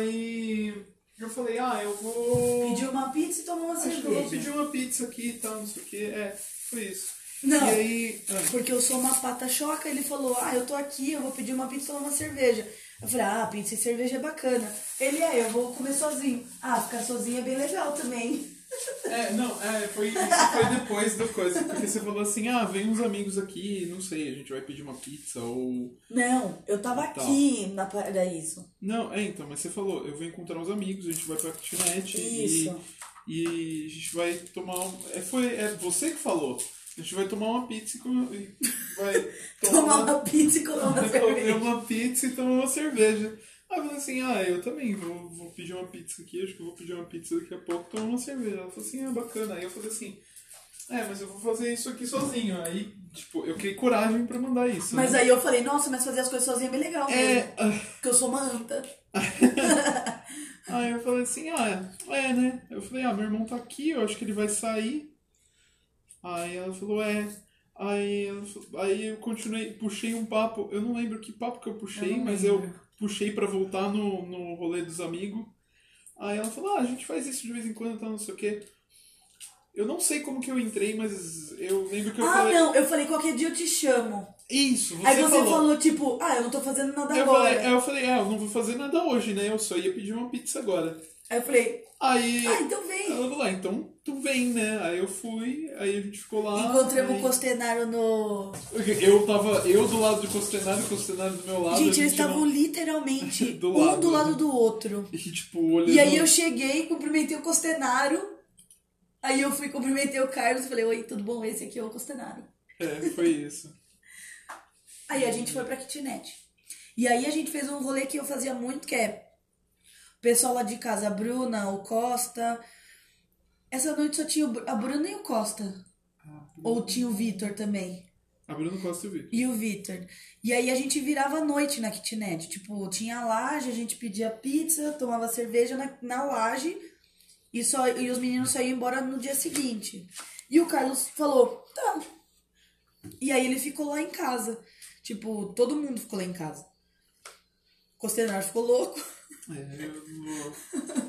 Speaker 2: Aí eu falei, ah, eu vou.
Speaker 1: Pediu uma pizza e tomou uma
Speaker 2: Acho que eu vou
Speaker 1: cerveja.
Speaker 2: pedir uma pizza aqui e tal, não sei o que. É, foi isso.
Speaker 1: Não.
Speaker 2: E aí. ah,
Speaker 1: Porque eu sou uma pata choca, ele falou, ah, eu tô aqui, eu vou pedir uma pizza ou uma cerveja. Eu falei, ah, pizza e cerveja é bacana. Ele, é, eu vou comer sozinho. Ah, ficar sozinho é bem legal também.
Speaker 2: É, não, é, foi, isso foi depois da coisa. Porque você falou assim, ah, vem uns amigos aqui, não sei, a gente vai pedir uma pizza ou.
Speaker 1: Não, eu tava
Speaker 2: Então.
Speaker 1: aqui na para isso.
Speaker 2: Não, é, então, mas você falou, eu vou encontrar uns amigos, a gente vai pra kitnet e,
Speaker 1: Isso.
Speaker 2: e a gente vai tomar um. É, foi, é você que falou. A gente vai tomar uma pizza e, com- e vai
Speaker 1: Tomar uma pizza e comer uma
Speaker 2: Eu comprei
Speaker 1: cerveja.
Speaker 2: uma pizza e tomei uma cerveja. Aí eu falei assim, ah, eu também vou, vou pedir uma pizza aqui, acho que eu vou pedir uma pizza daqui a pouco e tomar uma cerveja. Ela falou assim, ah, bacana. Aí eu falei assim, é, mas eu vou fazer isso aqui sozinho. Aí, tipo, eu criei coragem pra mandar isso.
Speaker 1: Mas
Speaker 2: né?
Speaker 1: aí eu falei, nossa, mas fazer as coisas sozinha é bem legal
Speaker 2: É,
Speaker 1: mesmo.
Speaker 2: ah,
Speaker 1: Porque eu sou uma anta.
Speaker 2: aí eu falei assim, ah, é, né? Eu falei, ah, meu irmão tá aqui, eu acho que ele vai sair. Aí ela falou, é. Aí, ela falou- aí eu continuei, puxei um papo, eu não lembro que papo que eu puxei,
Speaker 1: Eu não
Speaker 2: mas
Speaker 1: lembro.
Speaker 2: eu puxei pra voltar no, no rolê dos amigos. Aí ela falou, ah, a gente faz isso de vez em quando, então não sei o quê. Eu não sei como que eu entrei, mas eu lembro que eu
Speaker 1: Ah,
Speaker 2: falei.
Speaker 1: não, eu falei, qualquer dia eu te chamo.
Speaker 2: Isso, você,
Speaker 1: aí você falou. tipo, ah, eu não tô fazendo nada
Speaker 2: Eu
Speaker 1: agora.
Speaker 2: falei, aí eu falei, ah, eu não vou fazer nada hoje, né? Eu só ia pedir uma pizza agora.
Speaker 1: Aí eu falei,
Speaker 2: Aí.
Speaker 1: ah, então vem.
Speaker 2: Ela falou, ah, então tu vem, né? Aí eu fui, aí a gente ficou lá.
Speaker 1: Encontramos o
Speaker 2: aí-
Speaker 1: Costenaro no.
Speaker 2: Eu tava, eu do lado do Costenário, o Costenário do meu lado. a
Speaker 1: gente, eles estavam
Speaker 2: não-
Speaker 1: literalmente
Speaker 2: Do
Speaker 1: um
Speaker 2: lado,
Speaker 1: do
Speaker 2: né?
Speaker 1: lado do outro.
Speaker 2: E tipo, olhando.
Speaker 1: E aí eu cheguei, cumprimentei o Costenaro. Aí eu fui, cumprimentei o Carlos falei, oi, tudo bom? Esse aqui é o Costenaro.
Speaker 2: É, foi isso.
Speaker 1: Aí a gente foi pra kitnet. E aí a gente fez um rolê que eu fazia muito, que é o pessoal lá de casa, a Bruna, o Costa. Essa noite só tinha o Bru- a Bruna e o Costa. Ou tinha o Vitor também.
Speaker 2: A Bruno Costa eu vi.
Speaker 1: E o Vitor. E aí a gente virava à noite na kitnet. Tipo, tinha a laje, a gente pedia pizza, tomava cerveja na, na laje. E, só, e os meninos saíam embora no dia seguinte. E o Carlos falou, tá. E aí ele ficou lá em casa. Tipo, todo mundo ficou lá em casa. O Costenar ficou louco.
Speaker 2: É, eu vou-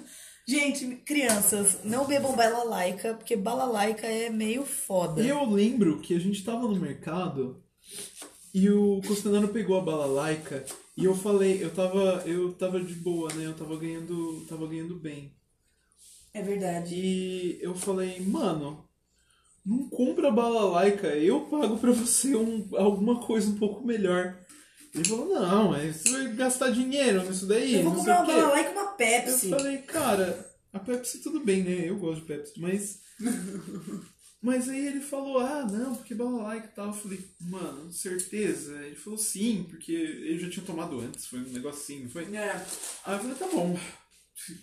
Speaker 1: Gente, crianças, não bebam balalaica, porque balalaica é meio foda.
Speaker 2: Eu lembro que a gente tava no mercado e o Costanaro pegou a balalaica e eu falei, eu tava, eu tava de boa, né? Eu tava ganhando, tava ganhando bem.
Speaker 1: É verdade.
Speaker 2: E eu falei, mano, não compra balalaica, eu pago pra você um, alguma coisa um pouco melhor. Ele falou, não, mas você vai gastar dinheiro nisso daí,
Speaker 1: Eu vou
Speaker 2: não
Speaker 1: comprar uma
Speaker 2: sei o quê.
Speaker 1: balalaica e uma
Speaker 2: Eu
Speaker 1: Pepsi.
Speaker 2: falei, cara, a Pepsi tudo bem, né? Eu gosto de Pepsi, mas. mas aí ele falou, ah, não, porque balalaica e tal. Eu falei, mano, certeza? Ele falou, sim, porque eu já tinha tomado antes, foi um negocinho. Foi...
Speaker 1: É.
Speaker 2: Aí eu falei, tá bom,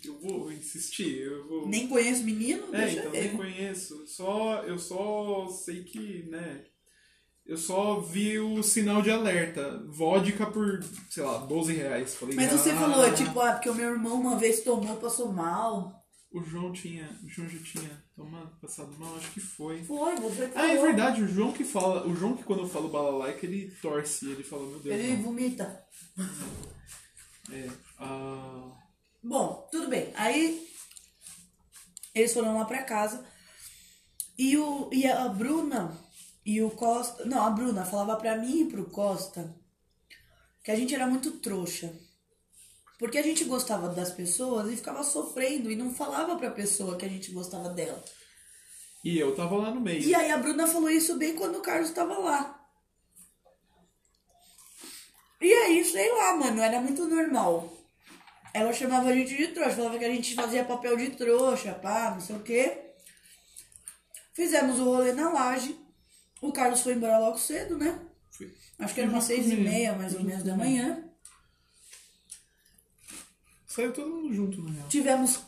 Speaker 2: eu vou insistir, eu vou.
Speaker 1: Nem conheço o menino?
Speaker 2: É,
Speaker 1: deixa
Speaker 2: então
Speaker 1: ele.
Speaker 2: nem conheço. Só, eu só sei que, né? Eu só vi o sinal de alerta. Vodka por, sei lá, 12 reais. Falei,
Speaker 1: Mas você
Speaker 2: "Ah".
Speaker 1: falou, tipo, ah, porque o meu irmão uma vez tomou, passou mal.
Speaker 2: O João tinha. O João já tinha tomado, passado mal, acho que foi.
Speaker 1: Foi, você falou.
Speaker 2: Ah, é verdade, o João que fala. O João que quando eu falo balalaica, ele torce, ele fala, meu Deus.
Speaker 1: Ele
Speaker 2: não.
Speaker 1: vomita.
Speaker 2: É. Ah,
Speaker 1: Bom, tudo bem. Aí eles foram lá pra casa. E, o, e a Bruna e o Costa. Não, a Bruna falava pra mim e pro Costa que a gente era muito trouxa. Porque a gente gostava das pessoas e ficava sofrendo e não falava pra pessoa que a gente gostava dela.
Speaker 2: e eu tava lá no meio.
Speaker 1: E aí a Bruna falou isso bem quando o Carlos tava lá. E aí, sei lá, mano, era muito normal. Ela chamava a gente de trouxa, falava que a gente fazia papel de trouxa, pá, não sei o quê. Fizemos o rolê na laje. O Carlos foi embora logo cedo, né?
Speaker 2: Fui.
Speaker 1: Acho que era umas seis e meia, mais ou menos, da manhã.
Speaker 2: Saiu todo mundo junto, na real.
Speaker 1: Tivemos,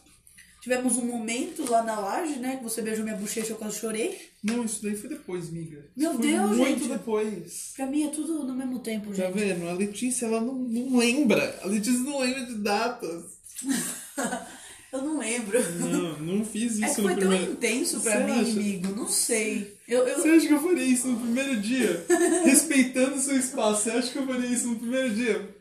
Speaker 1: tivemos um momento lá na laje, né? Que você beijou minha bochecha, eu quase chorei.
Speaker 2: Não, isso daí foi depois, miga. Isso
Speaker 1: Meu
Speaker 2: foi
Speaker 1: Deus,
Speaker 2: muito
Speaker 1: gente.
Speaker 2: depois.
Speaker 1: Pra mim é tudo no mesmo tempo,
Speaker 2: Tá
Speaker 1: gente.
Speaker 2: vendo? A Letícia, ela não, não lembra. A Letícia não lembra de datas.
Speaker 1: Eu não lembro.
Speaker 2: Não, não fiz
Speaker 1: É que
Speaker 2: isso
Speaker 1: foi
Speaker 2: no primeiro...
Speaker 1: tão intenso pra
Speaker 2: Você
Speaker 1: mim,
Speaker 2: acha?
Speaker 1: amigo. Não sei. Eu, eu-
Speaker 2: Você acha que eu faria isso no primeiro dia? Respeitando o seu espaço, você acha que eu faria isso no primeiro dia?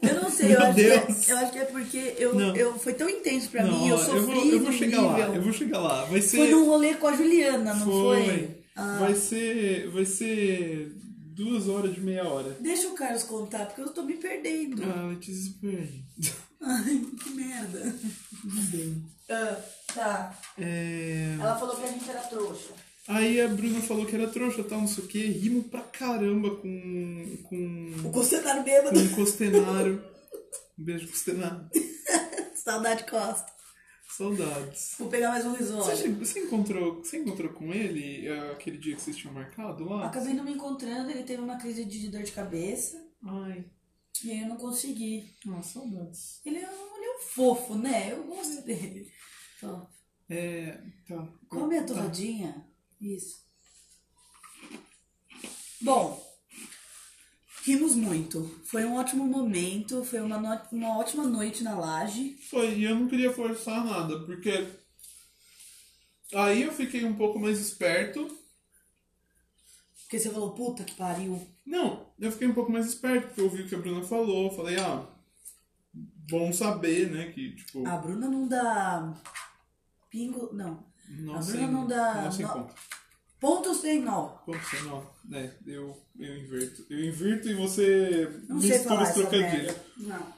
Speaker 1: eu não sei.
Speaker 2: Meu
Speaker 1: Eu acho, que
Speaker 2: Deus.
Speaker 1: é, eu acho que é porque eu,
Speaker 2: Não.
Speaker 1: eu, foi tão intenso pra
Speaker 2: não,
Speaker 1: mim. Eu
Speaker 2: ó,
Speaker 1: sofri
Speaker 2: eu vou, eu
Speaker 1: num
Speaker 2: vou chegar
Speaker 1: nível.
Speaker 2: lá, eu vou chegar lá. Vai ser.
Speaker 1: Foi num rolê com a Juliana, não foi?
Speaker 2: Foi.
Speaker 1: Ah,
Speaker 2: Vai ser. Vai ser. Duas horas de meia hora.
Speaker 1: Deixa o Carlos contar, porque eu tô me perdendo.
Speaker 2: Ah, Letícia, peraí.
Speaker 1: Ai, que merda. Ah, tá.
Speaker 2: É, a Bruna falou que era trouxa, tal, não sei o quê. Rimo pra caramba com. com.
Speaker 1: O Costenário bêbado.
Speaker 2: com Costenaro. Um beijo, Costenaro. Hum.
Speaker 1: Saudade Costa.
Speaker 2: Saudades.
Speaker 1: Vou pegar mais um
Speaker 2: Você,
Speaker 1: risole.
Speaker 2: che- você encontrou, você encontrou com ele eh, aquele dia que vocês tinham marcado lá?
Speaker 1: Acabei não me encontrando, ele teve uma crise de dor de cabeça.
Speaker 2: Ai,
Speaker 1: E aí eu não consegui.
Speaker 2: ah, saudades.
Speaker 1: Ele é um, ele é um fofo, né? Eu gosto dele. Então,
Speaker 2: É. Tá.
Speaker 1: Come a
Speaker 2: Tá.
Speaker 1: torradinha. Isso. Bom, rimos muito. Foi um ótimo momento, foi uma, no- uma ótima noite na laje.
Speaker 2: Foi, e eu não queria forçar nada, porque aí eu fiquei um pouco mais esperto.
Speaker 1: Porque você falou, puta que pariu.
Speaker 2: Não, eu fiquei um pouco mais esperto, porque eu ouvi o que a Bruna falou, falei, ah, bom saber, né, que, tipo,
Speaker 1: A Bruna não dá. Pingo. Não.
Speaker 2: não
Speaker 1: a
Speaker 2: sei,
Speaker 1: Bruna não dá-
Speaker 2: não sei
Speaker 1: não-
Speaker 2: como.
Speaker 1: Ponto sem nó.
Speaker 2: Como você não, né, eu, eu inverto. Eu inverto e você
Speaker 1: Não sei
Speaker 2: mistura
Speaker 1: falar
Speaker 2: os
Speaker 1: essa
Speaker 2: trocadilhos.
Speaker 1: merda. Não.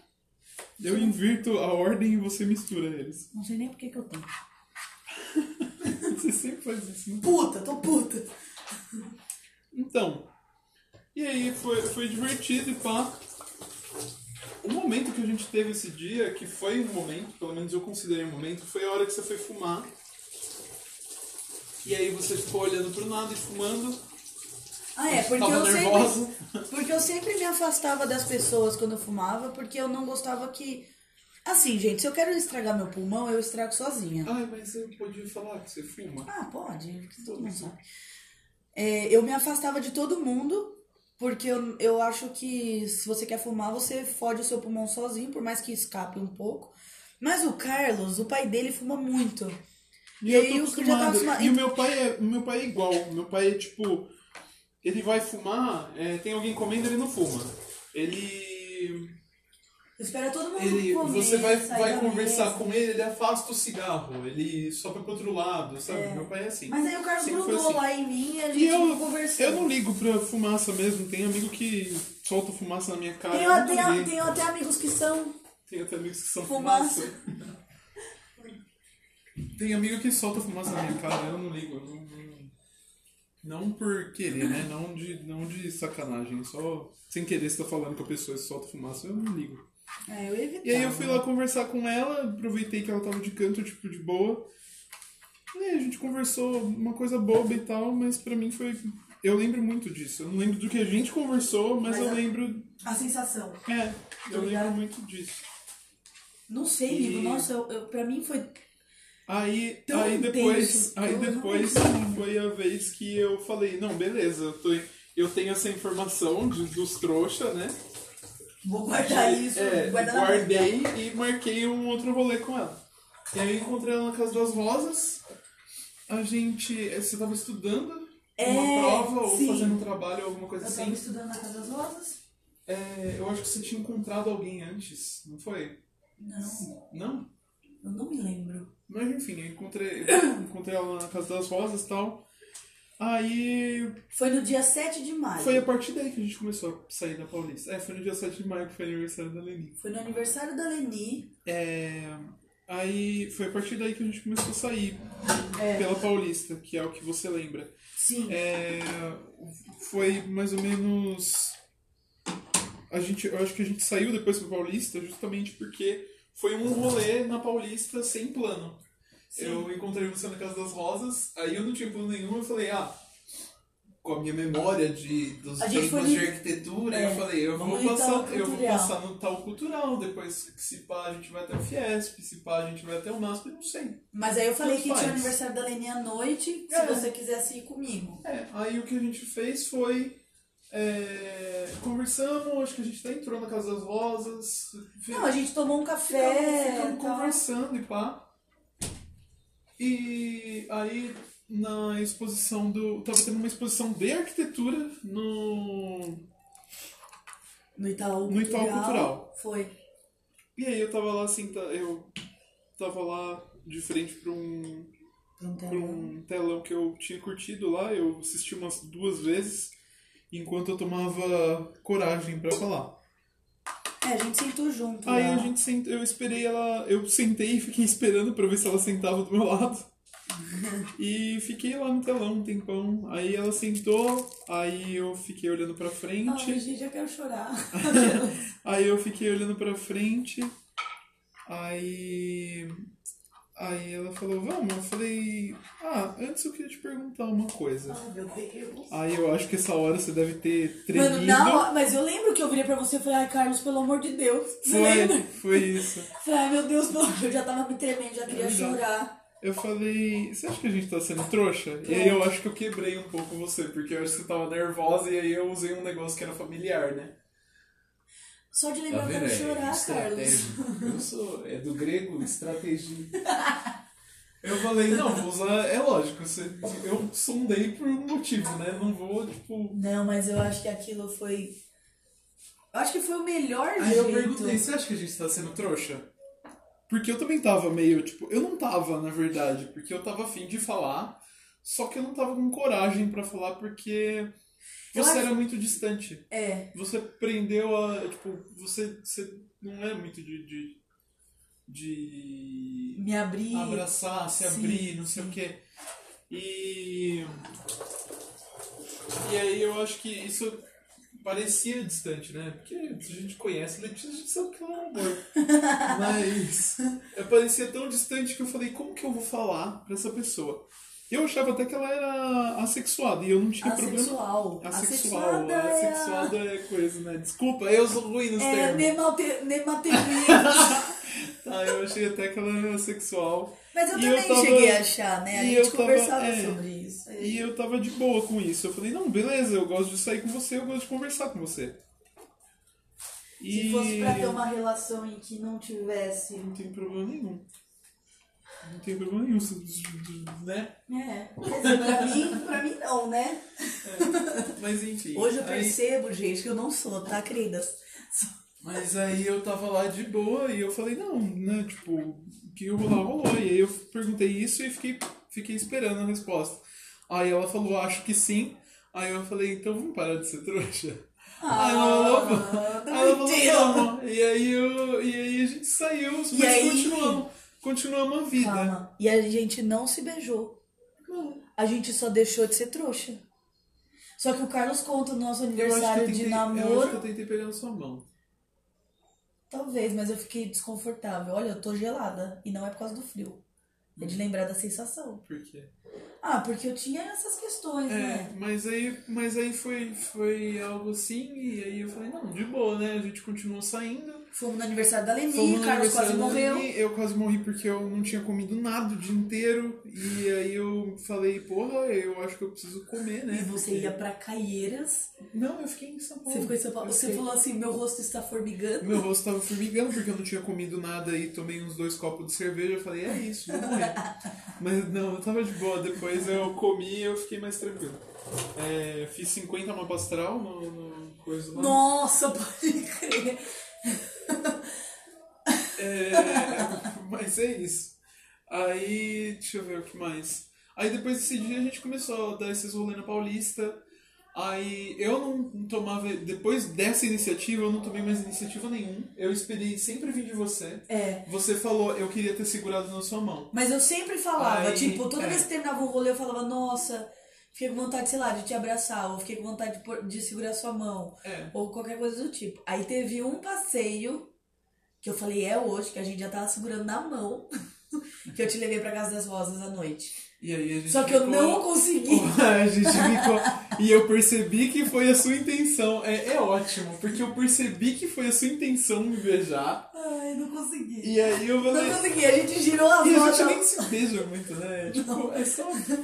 Speaker 2: Eu inverto a ordem e você mistura eles.
Speaker 1: Não sei nem por que que eu tenho.
Speaker 2: Você sempre faz isso, né?
Speaker 1: Puta, tô puta.
Speaker 2: Então, e aí foi, foi divertido e pá. O momento que a gente teve esse dia, que foi um momento, pelo menos eu considerei um momento, foi a hora que você foi fumar. E aí você ficou olhando pro nada e fumando.
Speaker 1: Ah, é, porque
Speaker 2: Tava
Speaker 1: eu
Speaker 2: nervosa.
Speaker 1: sempre. Porque eu sempre me afastava das pessoas quando eu fumava, porque eu não gostava que. Assim, gente, se eu quero estragar meu pulmão, eu estrago sozinha.
Speaker 2: Ai, Ah, mas eu podia falar que você fuma.
Speaker 1: Ah, pode, que todo mundo sabe. É, eu me afastava de todo mundo, porque eu, eu acho que se você quer fumar, você fode o seu pulmão sozinho, por mais que escape um pouco. Mas o Carlos, o pai dele fuma muito. E,
Speaker 2: eu
Speaker 1: aí
Speaker 2: tô
Speaker 1: eu já tava
Speaker 2: acostumado.
Speaker 1: acostumado.
Speaker 2: E o meu pai é, o meu pai é igual. O Meu pai é tipo. Ele vai fumar, é, tem alguém comendo, ele não fuma. Ele.
Speaker 1: Espera todo mundo
Speaker 2: Ele,
Speaker 1: comer,
Speaker 2: você vai,
Speaker 1: sair
Speaker 2: vai
Speaker 1: da
Speaker 2: conversar
Speaker 1: mesa.
Speaker 2: com ele, ele afasta o cigarro, ele sobe pro outro lado, sabe?
Speaker 1: É.
Speaker 2: Meu pai é assim.
Speaker 1: Mas aí o Carlos
Speaker 2: Sempre foi
Speaker 1: grudou
Speaker 2: assim.
Speaker 1: lá em mim e a
Speaker 2: E
Speaker 1: gente
Speaker 2: eu,
Speaker 1: não conversou.
Speaker 2: eu não ligo pra fumaça mesmo, tem amigo que solta fumaça na minha cara.
Speaker 1: Tenho,
Speaker 2: eu
Speaker 1: tenho-
Speaker 2: nunca liguei.
Speaker 1: tenho até amigos que são.
Speaker 2: Tem até amigos que são fumaça.
Speaker 1: Fumaça.
Speaker 2: Tem amigo que solta fumaça na minha cara, eu não ligo. eu não- não- Não por querer, né? Não de, não de sacanagem, só sem querer você tá falando com a pessoa e solta fumaça, eu não ligo.
Speaker 1: É, eu evitava.
Speaker 2: E aí eu fui lá conversar com ela, aproveitei que ela tava de canto, tipo, de boa. E aí a gente conversou uma coisa boba e tal, mas pra mim foi. Eu lembro muito disso. Eu não lembro do que a gente conversou, mas,
Speaker 1: Mas é
Speaker 2: eu
Speaker 1: a-
Speaker 2: lembro.
Speaker 1: A sensação.
Speaker 2: É, eu lembro
Speaker 1: ligado?
Speaker 2: muito disso.
Speaker 1: Não sei,
Speaker 2: E-
Speaker 1: amigo. Nossa, eu, eu, pra mim foi.
Speaker 2: Aí,
Speaker 1: Tão
Speaker 2: aí depois,
Speaker 1: intenso,
Speaker 2: aí
Speaker 1: tão
Speaker 2: depois
Speaker 1: intenso.
Speaker 2: foi a vez que eu falei, não, beleza, eu, tô, eu tenho essa informação de- dos trouxa, né?
Speaker 1: Vou guardar isso.
Speaker 2: É,
Speaker 1: guardar na
Speaker 2: guardei e marquei um outro rolê com ela. E aí encontrei ela na Casa das Rosas. A gente. eh, Você tava estudando uma
Speaker 1: É,
Speaker 2: prova ou
Speaker 1: sim.
Speaker 2: fazendo um trabalho ou alguma coisa
Speaker 1: Eu
Speaker 2: assim.
Speaker 1: tava estudando na Casa das Rosas?
Speaker 2: É, eu acho que você tinha encontrado alguém antes, não foi?
Speaker 1: Não,
Speaker 2: Não?
Speaker 1: eu não me lembro.
Speaker 2: Mas enfim, eu encontrei, encontrei ela na Casa das Rosas e tal. Aí
Speaker 1: Foi no dia 7 de maio.
Speaker 2: foi a partir daí que a gente começou a sair da Paulista. É, foi no dia 7 de maio que foi aniversário da Leni.
Speaker 1: Foi no aniversário da Leni.
Speaker 2: É, aí foi a partir daí que a gente começou a sair pela Paulista, que é o que você lembra.
Speaker 1: Sim.
Speaker 2: É, foi mais ou menos. A gente, eu acho que a gente saiu depois pra Paulista justamente porque foi um rolê na Paulista sem plano.
Speaker 1: Sim.
Speaker 2: Eu encontrei você na Casa das Rosas, aí eu não tinha plano nenhum, eu falei, ah, com a minha memória de, dos
Speaker 1: A gente
Speaker 2: temas
Speaker 1: foi
Speaker 2: de
Speaker 1: de-
Speaker 2: arquitetura,
Speaker 1: É,
Speaker 2: eu falei, eu vou,
Speaker 1: vamos no
Speaker 2: passar,
Speaker 1: Itaú
Speaker 2: eu vou
Speaker 1: Cultural.
Speaker 2: passar no tal cultural, depois se pá a gente vai até o Fiesp, se pá a gente vai até o MASP, eu não sei.
Speaker 1: Mas aí eu falei
Speaker 2: Tanto
Speaker 1: que tinha
Speaker 2: faz.
Speaker 1: o aniversário da Leni à noite, se
Speaker 2: É.
Speaker 1: você quisesse ir comigo.
Speaker 2: É, aí o que a gente fez foi. é, conversamos, acho que a gente até entrou na Casa das Rosas. fi-
Speaker 1: Não, a gente tomou um
Speaker 2: ficamos-
Speaker 1: café.
Speaker 2: ficamos
Speaker 1: tal.
Speaker 2: conversando e pá. E aí na exposição do. Tava tendo uma exposição de arquitetura no.
Speaker 1: No Itaú
Speaker 2: No Itaú Cultural.
Speaker 1: Foi.
Speaker 2: E aí eu tava lá assim, tá- eu tava lá de frente pra um,
Speaker 1: Então,
Speaker 2: pra um telão que eu tinha curtido lá, eu assisti umas duas vezes enquanto eu tomava coragem pra falar.
Speaker 1: É, a gente sentou junto.
Speaker 2: Aí
Speaker 1: lá.
Speaker 2: a gente sent... eu esperei ela, eu sentei e fiquei esperando pra ver se ela sentava do meu lado. E fiquei lá no telão um tempão. Aí ela sentou, aí eu fiquei olhando pra frente.
Speaker 1: Ai, gente, eu quero chorar.
Speaker 2: Aí eu fiquei olhando pra frente. Aí. Aí ela falou, vamos. Eu falei, ah, antes eu queria te perguntar uma coisa.
Speaker 1: Ai, meu Deus.
Speaker 2: Aí eu acho que essa hora você deve ter tremido.
Speaker 1: Mano, na hora, mas eu lembro que eu virei pra você e falei, ai, Carlos, pelo amor de Deus. Você
Speaker 2: Foi,
Speaker 1: lembra?
Speaker 2: foi isso.
Speaker 1: Falei, ai, meu Deus, pelo amor Eu já tava me tremendo, já queria
Speaker 2: Eu já-
Speaker 1: chorar.
Speaker 2: Eu falei, você acha que a gente tá sendo trouxa? E aí eu acho que eu quebrei um pouco você, porque eu acho que você tava nervosa e aí eu usei um negócio que era familiar, né?
Speaker 1: Só de
Speaker 4: Tá
Speaker 1: lembrar eu
Speaker 4: vendo?
Speaker 1: quero
Speaker 4: É
Speaker 1: chorar, Carlos.
Speaker 4: estratégia. Eu sou, é do grego, estratégia.
Speaker 2: Eu falei, não, vou usar. É lógico, você, eu sondei por um motivo, né? Não vou, tipo.
Speaker 1: Não, mas eu acho que aquilo foi. Eu acho que foi o melhor
Speaker 2: Aí Ah, eu
Speaker 1: jeito.
Speaker 2: perguntei, você acha que a gente tá sendo trouxa? Porque eu também tava meio, tipo, eu não tava, na verdade, porque eu tava afim de falar, só que eu não tava com coragem pra falar porque
Speaker 1: Eu
Speaker 2: você
Speaker 1: acho-
Speaker 2: era muito distante.
Speaker 1: É.
Speaker 2: Você prendeu a. Tipo, você, você não é muito de. de, de
Speaker 1: Me abri.
Speaker 2: abraçar, se
Speaker 1: sim,
Speaker 2: abrir, não sei o quê. E. E aí eu acho que isso parecia distante, né? Porque a gente conhece Letícia, a gente sabe que ela é um amor. Mas. Eu parecia tão distante que eu falei: como que eu vou falar pra essa pessoa? Eu achava até que ela era assexuada e eu não tinha problema
Speaker 1: Assexual.
Speaker 2: Asexual,
Speaker 1: Assexuada é a-
Speaker 2: assexuada é coisa, né? Desculpa, eu sou ruim nos
Speaker 1: É,
Speaker 2: termos.
Speaker 1: nemalte- nemateria.
Speaker 2: Tá, eu achei até que ela era sexual.
Speaker 1: Mas eu
Speaker 2: E
Speaker 1: também
Speaker 2: eu tava-
Speaker 1: cheguei a achar, né? A
Speaker 2: e
Speaker 1: gente
Speaker 2: eu tava-
Speaker 1: conversava
Speaker 2: é.
Speaker 1: sobre isso.
Speaker 2: E eu tava de boa com isso. Eu falei, não, beleza, eu gosto de sair com você, eu gosto de conversar com você. E
Speaker 1: Se fosse pra ter um uma relação em que não tivesse.
Speaker 2: não tem problema nenhum. Não tem problema nenhum, se- né?
Speaker 1: É. Quer dizer, pra mim, pra mim não, né?
Speaker 2: Mas enfim.
Speaker 1: Hoje eu
Speaker 2: aí-
Speaker 1: percebo, gente, que eu não sou, tá, queridas?
Speaker 2: Mas aí eu tava lá de boa e eu falei, não, né? Tipo, o que rolar, rolou. E aí eu perguntei isso e fiquei, fiquei esperando a resposta. Aí ela falou, acho que sim. Aí eu falei, então vamos parar de ser trouxa.
Speaker 1: Ah,
Speaker 2: aí ela falou,
Speaker 1: não
Speaker 2: aí ela
Speaker 1: mentira.
Speaker 2: falou vamos. E aí, eu, e aí a gente saiu, mas
Speaker 1: E aí?
Speaker 2: continuamos. Continuamos a vida.
Speaker 1: Calma. E a gente não se beijou.
Speaker 2: Não,
Speaker 1: A gente só deixou de ser trouxa. Só que o Carlos conta o nosso
Speaker 2: eu acho que eu
Speaker 1: aniversário
Speaker 2: tentei,
Speaker 1: de
Speaker 2: eu acho que
Speaker 1: namoro.
Speaker 2: eu tentei pegar na sua mão.
Speaker 1: Talvez, mas eu fiquei desconfortável. Olha, eu tô gelada. E não é por causa do frio. É de lembrar da sensação.
Speaker 2: Por quê?
Speaker 1: Ah, porque eu tinha essas questões,
Speaker 2: É,
Speaker 1: né?
Speaker 2: mas aí, mas aí foi, foi algo assim, e aí eu falei, não, de boa, né? A gente continuou saindo.
Speaker 1: Fomos no aniversário da Leni,
Speaker 2: Fomos no
Speaker 1: o Carlos quase
Speaker 2: aniversário da
Speaker 1: morreu.
Speaker 2: Lani, Eu quase morri porque eu não tinha comido nada o dia inteiro. E aí eu falei, porra, eu acho que eu preciso comer, né?
Speaker 1: E você
Speaker 2: Porque-
Speaker 1: ia pra Caieiras.
Speaker 2: Não, eu fiquei em São Paulo.
Speaker 1: Você ficou em São Paulo.
Speaker 2: Eu
Speaker 1: Você
Speaker 2: fiquei-
Speaker 1: falou assim, meu rosto está formigando.
Speaker 2: Meu rosto tava formigando porque eu não tinha comido nada e tomei uns dois copos de cerveja. Eu falei, é isso, vou morrer. Mas não, eu tava de boa. Depois eu comi e eu fiquei mais tranquilo. É, fiz 50 mapa astral no, no coisa lá.
Speaker 1: Nossa, pode crer.
Speaker 2: É, mas é isso. Aí, deixa eu ver o que mais. Aí depois desse dia a gente começou a dar esses rolê na Paulista. Aí eu não tomava. Depois dessa iniciativa, eu não tomei mais iniciativa nenhuma. Eu esperei sempre vir de você.
Speaker 1: É.
Speaker 2: Você falou, eu queria ter segurado na sua mão.
Speaker 1: Mas eu sempre falava,
Speaker 2: Aí,
Speaker 1: tipo, toda
Speaker 2: é.
Speaker 1: vez que terminava um rolê, eu falava, nossa, fiquei com vontade, sei lá, de te abraçar, ou fiquei com vontade de, pôr- de segurar sua mão,
Speaker 2: É.
Speaker 1: ou qualquer coisa do tipo. Aí teve um passeio que eu falei, é hoje, que a gente já tava segurando na mão, que eu te levei pra Casa das Rosas à noite.
Speaker 2: E aí a gente.
Speaker 1: Só que eu
Speaker 2: ficou-
Speaker 1: não consegui.
Speaker 2: A gente ficou. E eu percebi que foi a sua intenção. É, é ótimo, porque eu percebi que foi a sua intenção me beijar.
Speaker 1: Ai, não consegui.
Speaker 2: E aí eu falei.
Speaker 1: Não consegui, a gente girou as
Speaker 2: E a
Speaker 1: rodas.
Speaker 2: gente nem se beija muito, né? Tipo, é só, é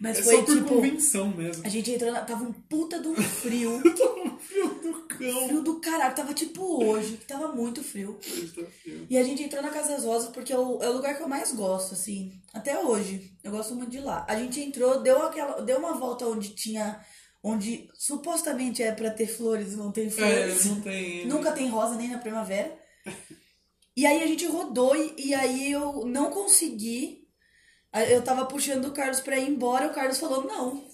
Speaker 1: Mas
Speaker 2: só
Speaker 1: foi
Speaker 2: por
Speaker 1: tipo,
Speaker 2: convenção mesmo.
Speaker 1: a gente entrou na. Tava um puta de um frio.
Speaker 2: Eu tô no fio do cão.
Speaker 1: frio do caralho. Tava tipo hoje, que tava muito frio.
Speaker 2: Eu tô no fio.
Speaker 1: E a gente entrou na Casa das Rosas porque é o, é o lugar que eu mais gosto, assim. Até hoje. Eu gosto muito de lá. A gente entrou, deu, aquela, deu uma volta onde tinha. Onde supostamente é pra ter flores, não tem
Speaker 2: É,
Speaker 1: flores.
Speaker 2: não tem.
Speaker 1: Nunca tem rosa nem na primavera. E aí a gente rodou e, e aí eu não consegui. Aí Eu tava puxando o Carlos pra ir embora, o Carlos falou não.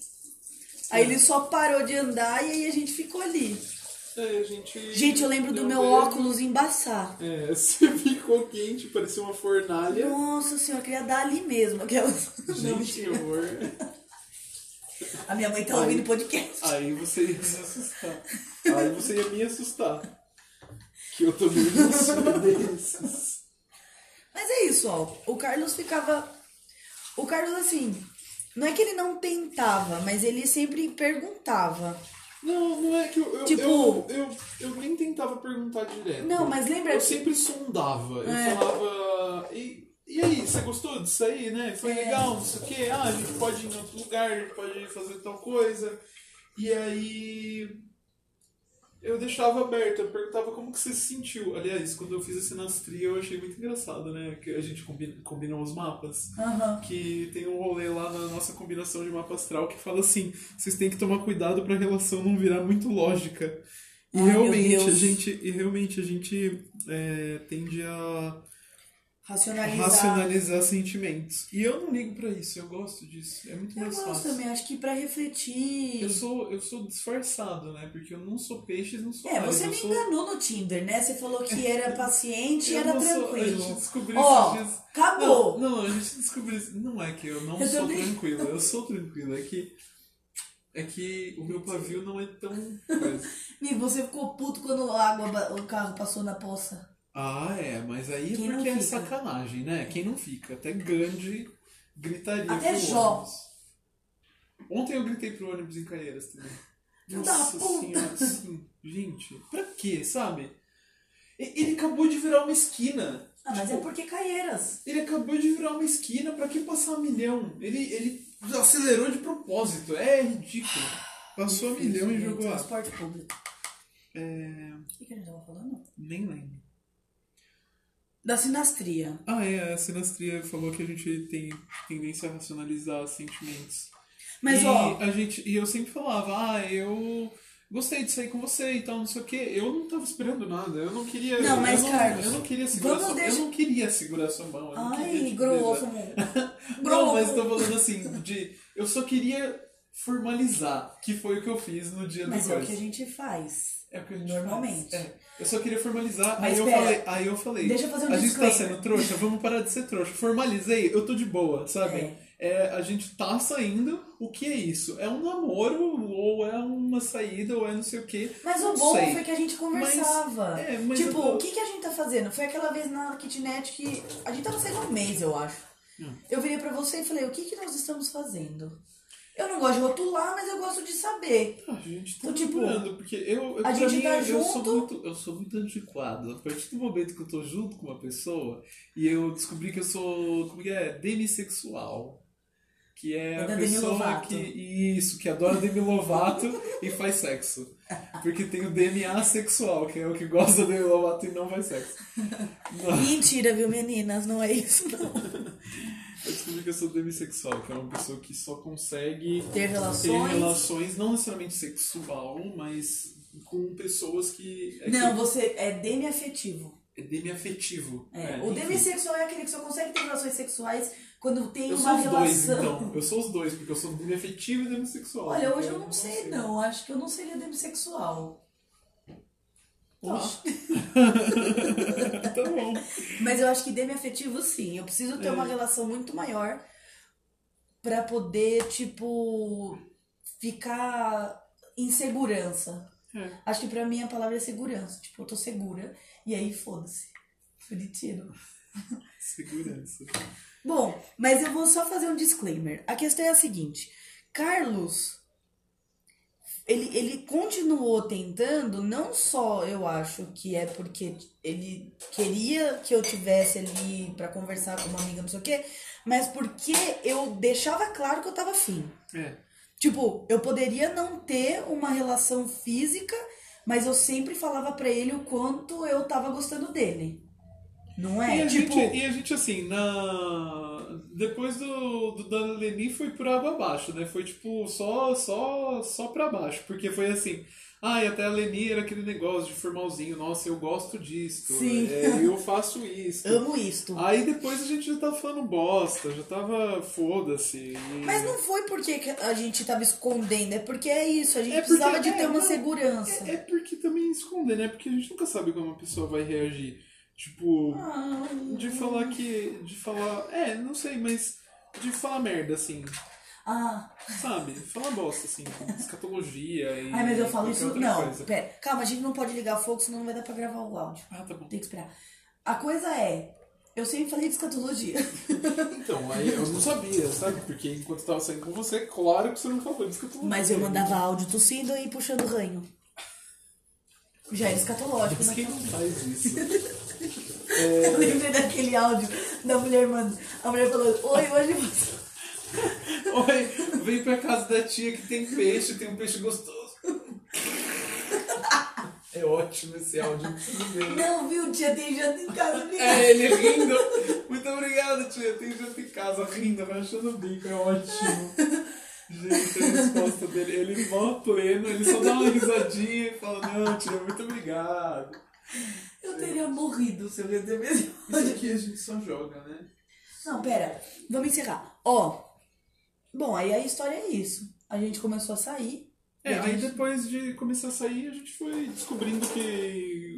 Speaker 1: Aí ele só parou de andar e aí a gente ficou ali.
Speaker 2: É, a gente.
Speaker 1: Gente, eu lembro do
Speaker 2: deu
Speaker 1: meu
Speaker 2: bem.
Speaker 1: óculos embaçar.
Speaker 2: É, você ficou quente, parecia uma fornalha.
Speaker 1: Nossa senhora, eu queria dar ali mesmo. Aquelas...
Speaker 2: Gente, que horror.
Speaker 1: A minha mãe tá ouvindo podcast.
Speaker 2: Aí você ia me assustar. Aí você ia me assustar. Que eu também não sou desses.
Speaker 1: Mas é isso, ó. O Carlos ficava. O Carlos, assim. Não é que ele não tentava, mas ele sempre perguntava.
Speaker 2: Não, não é que eu. eu
Speaker 1: Tipo-
Speaker 2: eu, eu, eu nem tentava perguntar direto.
Speaker 1: Não, mas lembra
Speaker 2: Eu
Speaker 1: que-
Speaker 2: sempre sondava. Eu
Speaker 1: É.
Speaker 2: falava. E, e aí, você gostou disso aí, né? Foi
Speaker 1: É.
Speaker 2: legal, não sei o quê. Ah, a gente pode ir em outro lugar, a gente pode fazer tal coisa. E aí. Eu deixava aberto, eu perguntava como que você se sentiu. Aliás, quando eu fiz a sinastria eu achei muito engraçado, né? Que a gente combina, combinou os mapas.
Speaker 1: Aham.
Speaker 2: Que tem um rolê lá na nossa combinação de mapa astral que fala assim: vocês têm que tomar cuidado pra relação não virar muito lógica. E
Speaker 1: Ai, meu
Speaker 2: realmente a
Speaker 1: Deus.
Speaker 2: gente, e realmente a gente é, tende a
Speaker 1: Racionalizar.
Speaker 2: racionalizar sentimentos. E eu não ligo pra isso, eu gosto disso. É muito
Speaker 1: Eu
Speaker 2: mais
Speaker 1: gosto
Speaker 2: fácil.
Speaker 1: também, acho que pra refletir.
Speaker 2: Eu sou, eu sou disfarçado, né? Porque eu não sou peixe, não sou
Speaker 1: É,
Speaker 2: mais.
Speaker 1: você
Speaker 2: Ah, eu
Speaker 1: me
Speaker 2: sou...
Speaker 1: enganou no Tinder, né? Você falou que era paciente e
Speaker 2: eu
Speaker 1: era
Speaker 2: não sou-
Speaker 1: tranquilo.
Speaker 2: a gente descobriu
Speaker 1: Ó,
Speaker 2: esses dias. Não,
Speaker 1: acabou.
Speaker 2: não, a gente descobriu isso. Não é que eu não
Speaker 1: Eu
Speaker 2: sou
Speaker 1: também.
Speaker 2: tranquilo, eu sou tranquilo. É que. É que o meu pavio não é tão. coisa.
Speaker 1: E você ficou puto quando a água, ba- o carro passou na poça.
Speaker 2: ah, é, mas aí é
Speaker 1: Quem não
Speaker 2: porque é
Speaker 1: fica?
Speaker 2: sacanagem, né? Quem não fica? Até grande gritaria.
Speaker 1: Até
Speaker 2: pro
Speaker 1: Jó.
Speaker 2: ônibus. Ontem eu gritei pro ônibus em Caieiras também.
Speaker 1: Filho da
Speaker 2: Nossa
Speaker 1: puta!
Speaker 2: senhora, sim. Gente, pra quê, sabe? E- Ele acabou de virar uma esquina.
Speaker 1: Ah, mas é
Speaker 2: Tipo,
Speaker 1: porque caieiras.
Speaker 2: Ele acabou de virar uma esquina, pra que passar a milhão? Ele, ele acelerou de propósito, é ridículo. Passou a um milhão e
Speaker 1: Gente,
Speaker 2: jogou a.
Speaker 1: Transporte público.
Speaker 2: É.
Speaker 1: O que que a gente tava falando?
Speaker 2: Nem lembro.
Speaker 1: Da sinastria.
Speaker 2: Ah, é, a Sinastria falou que a gente tem tendência a racionalizar sentimentos.
Speaker 1: Mas,
Speaker 2: e
Speaker 1: ó,
Speaker 2: A gente, e eu sempre falava, ah, eu gostei de sair com você e tal, não sei o quê. Eu não tava esperando nada, eu não queria.
Speaker 1: Não, mas,
Speaker 2: eu não,
Speaker 1: Carlos,
Speaker 2: eu não queria segurar
Speaker 1: vamos
Speaker 2: sua, Eu
Speaker 1: deixar-
Speaker 2: não queria segurar sua mão. Eu não queria
Speaker 1: Ai,
Speaker 2: te
Speaker 1: grosso.
Speaker 2: beijar. Não,
Speaker 1: Grosso.
Speaker 2: mas tô falando assim, de. Eu só queria formalizar, que foi o que eu fiz no dia
Speaker 1: Mas
Speaker 2: do
Speaker 1: é o
Speaker 2: coisa.
Speaker 1: que a gente faz.
Speaker 2: É o que a gente
Speaker 1: normalmente.
Speaker 2: faz. É. Eu só queria formalizar,
Speaker 1: Mas
Speaker 2: aí eu
Speaker 1: pera,
Speaker 2: falei, aí eu falei.
Speaker 1: deixa eu fazer um
Speaker 2: A gente tá
Speaker 1: disclaimer.
Speaker 2: sendo trouxa, vamos parar de ser trouxa. Formalizei, eu tô de boa, sabe?
Speaker 1: É.
Speaker 2: É, a gente tá saindo, o que é isso? É um namoro, ou é uma saída, ou é não sei o quê.
Speaker 1: Mas o
Speaker 2: Não
Speaker 1: bom
Speaker 2: sei.
Speaker 1: foi que a gente conversava.
Speaker 2: Mas- é, mas
Speaker 1: tipo,
Speaker 2: eu tô-
Speaker 1: o que, que a gente tá fazendo? Foi aquela vez na kitnet que. A gente tava saindo um mês, eu acho.
Speaker 2: Hum.
Speaker 1: Eu virei pra você e falei, o que, que nós estamos fazendo? Eu não gosto de rotular, mas eu gosto de saber.
Speaker 2: Ah, A gente tá
Speaker 1: Então, tipo,
Speaker 2: namorando, porque eu, eu
Speaker 1: a
Speaker 2: pra
Speaker 1: gente
Speaker 2: mim,
Speaker 1: tá
Speaker 2: eu
Speaker 1: junto.
Speaker 2: sou muito, eu sou muito antiquado. A partir do momento que eu tô junto com uma pessoa e eu descobri que eu sou, como que é, demissexual, que é
Speaker 1: É
Speaker 2: a
Speaker 1: da Demi
Speaker 2: pessoa
Speaker 1: Lovato.
Speaker 2: que isso, que adora Demi Lovato e faz sexo. Porque tem o DNA sexual, que é o que gosta da Demi Lovato e não faz sexo. Não,
Speaker 1: Mentira, viu, meninas? Não é isso, não.
Speaker 2: eu descobri que eu sou demissexual, que é uma pessoa que só consegue
Speaker 1: Ter
Speaker 2: ter
Speaker 1: relações.
Speaker 2: relações, não necessariamente sexual, mas com pessoas que. é
Speaker 1: Não,
Speaker 2: que-
Speaker 1: você é demiafetivo.
Speaker 2: É demiafetivo.
Speaker 1: É.
Speaker 2: É,
Speaker 1: o
Speaker 2: enfim.
Speaker 1: demissexual é aquele que só consegue ter relações sexuais quando tem
Speaker 2: Eu
Speaker 1: uma
Speaker 2: sou os
Speaker 1: relação.
Speaker 2: dois, então. Eu sou os dois, porque eu sou demiafetivo e demissexual.
Speaker 1: Olha, hoje
Speaker 2: Então,
Speaker 1: eu não sei, não. Acho que eu não seria demissexual.
Speaker 2: Tá. tá bom.
Speaker 1: Mas eu acho que demiafetivo, sim. Eu preciso ter uma relação muito maior pra poder, tipo, ficar em segurança.
Speaker 2: É.
Speaker 1: Acho que pra mim a palavra é segurança. Tipo, eu tô segura. E aí, foda-se. Bonitinho.
Speaker 2: Segurança.
Speaker 1: Bom, mas eu vou só fazer um disclaimer. A questão é a seguinte: Carlos, ele, ele continuou tentando, não só eu acho que é porque ele queria que eu tivesse ali pra conversar com uma amiga, não sei o quê, mas porque eu deixava claro que eu tava afim.
Speaker 2: É.
Speaker 1: Tipo, eu poderia não ter uma relação física, mas eu sempre falava pra ele o quanto eu tava gostando dele. Não é?
Speaker 2: e, a
Speaker 1: tipo,
Speaker 2: gente, e a gente, assim, na... depois do, do da Leni foi por água abaixo, né? Foi tipo só, só, só pra baixo, porque foi assim. Ah, e até a Leni era aquele negócio de formalzinho. Nossa, eu gosto disso.
Speaker 1: Sim.
Speaker 2: eu faço isso.
Speaker 1: Amo isto.
Speaker 2: Aí depois a gente já tava falando bosta, já tava foda-se. e-
Speaker 1: Mas não foi porque que a gente tava escondendo, é porque é isso, a gente
Speaker 2: É porque-
Speaker 1: precisava de
Speaker 2: é,
Speaker 1: ter uma
Speaker 2: não,
Speaker 1: segurança.
Speaker 2: É, é porque também esconder, né? Porque a gente nunca sabe como a pessoa vai reagir. Tipo,
Speaker 1: Ah,
Speaker 2: de falar que. De falar. É, não sei, mas. De falar merda, assim.
Speaker 1: ah.
Speaker 2: Sabe? Falar bosta, assim. com Escatologia e.
Speaker 1: ai, mas eu falo
Speaker 2: qualquer
Speaker 1: isso.
Speaker 2: outra
Speaker 1: Não,
Speaker 2: coisa.
Speaker 1: pera. Calma, a gente não pode ligar fogo, senão não vai dar pra gravar o áudio.
Speaker 2: Ah, tá bom.
Speaker 1: Tem que esperar. A coisa é, eu sempre falei de escatologia.
Speaker 2: Então, aí eu não sabia, sabe? Porque enquanto eu tava saindo com você, claro que você não falou de escatologia.
Speaker 1: Mas eu mandava áudio tossindo e puxando ranho. Já era escatológico,
Speaker 2: Mas
Speaker 1: mas
Speaker 2: quem não faz isso?
Speaker 1: eu lembrei daquele áudio da mulher, mano. A mulher falou, oi, hoje você.
Speaker 2: Oi, vem pra casa da tia que tem peixe, tem um peixe gostoso. É ótimo esse áudio, não preciso ver.
Speaker 1: Não, viu, tia, tem janta em casa, amiga.
Speaker 2: É, ele rindo. Muito obrigado, tia. Tem gente em casa rindo, rachando o bico, é ótimo. Gente, a resposta dele, ele mó pleno, ele só dá uma risadinha e fala, não, tia, muito obrigado.
Speaker 1: Eu teria morrido se eu recebesse.
Speaker 2: Isso aqui a gente só joga, né?
Speaker 1: Não, pera. Vamos encerrar. Ó. Bom, aí a história é isso. A gente começou a sair.
Speaker 2: É, aí depois de começar a sair, a gente foi descobrindo que.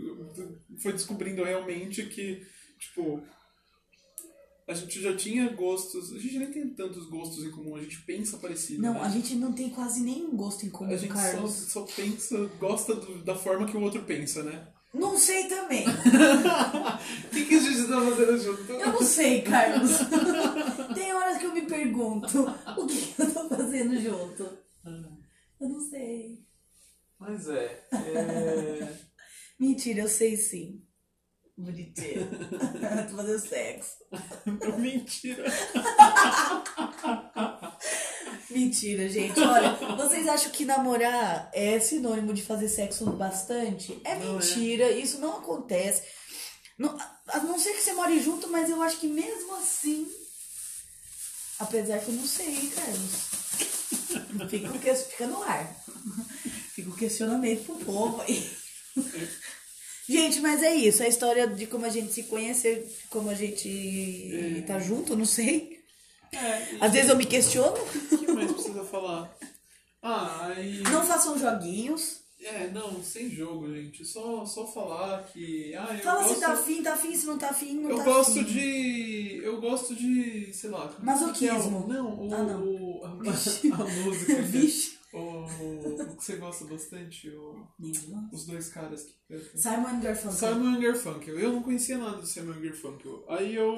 Speaker 2: Foi descobrindo realmente que, tipo. A gente já tinha gostos. A gente nem tem tantos gostos em comum, a gente pensa parecido.
Speaker 1: Não,
Speaker 2: né?
Speaker 1: a gente não tem quase nenhum gosto em comum,
Speaker 2: A gente só,
Speaker 1: Carlos.
Speaker 2: só pensa, gosta do- da forma que o outro pensa, né?
Speaker 1: Não sei também.
Speaker 2: O que, que a gente tá fazendo junto?
Speaker 1: Eu não sei, Carlos. tem horas que eu me pergunto o que eu tô fazendo junto. Eu não sei.
Speaker 2: Mas é. é...
Speaker 1: Mentira, eu sei sim. Bonitinho. tô fazendo sexo.
Speaker 2: É Mentira.
Speaker 1: Mentira, gente. Olha, vocês acham que namorar é sinônimo de fazer sexo bastante? É
Speaker 2: Não é.
Speaker 1: mentira, isso não acontece. Não, a- a não ser que você more junto, mas eu acho que mesmo assim. Apesar que eu não sei, Carlos. Fica, o que- fica no ar. Fica o questionamento pro povo aí. Gente, mas é isso. A história de como a gente se conheceu, como a gente tá junto, não sei.
Speaker 2: É, e
Speaker 1: Às vezes eu me questiono.
Speaker 2: o que mais precisa falar? Ah, aí.
Speaker 1: Não façam joguinhos.
Speaker 2: É, não, sem jogo, gente. Só, só falar que. Ah, eu
Speaker 1: Fala
Speaker 2: gosto,
Speaker 1: se tá afim, tá afim, se não tá afim, não
Speaker 2: Eu
Speaker 1: tá
Speaker 2: gosto
Speaker 1: afim.
Speaker 2: de. Eu gosto de. sei lá. como
Speaker 1: Masoquismo.
Speaker 2: que é o- Não, o.
Speaker 1: Ah, não.
Speaker 2: o- a, a música. né?
Speaker 1: Vixe.
Speaker 2: O, o que você gosta bastante? o-
Speaker 1: Nenhuma.
Speaker 2: os dois caras que cantam.
Speaker 1: Simon and Garfunkel.
Speaker 2: Simon Garfunkel. Eu não conhecia nada do Simon Garfunkel. Aí eu.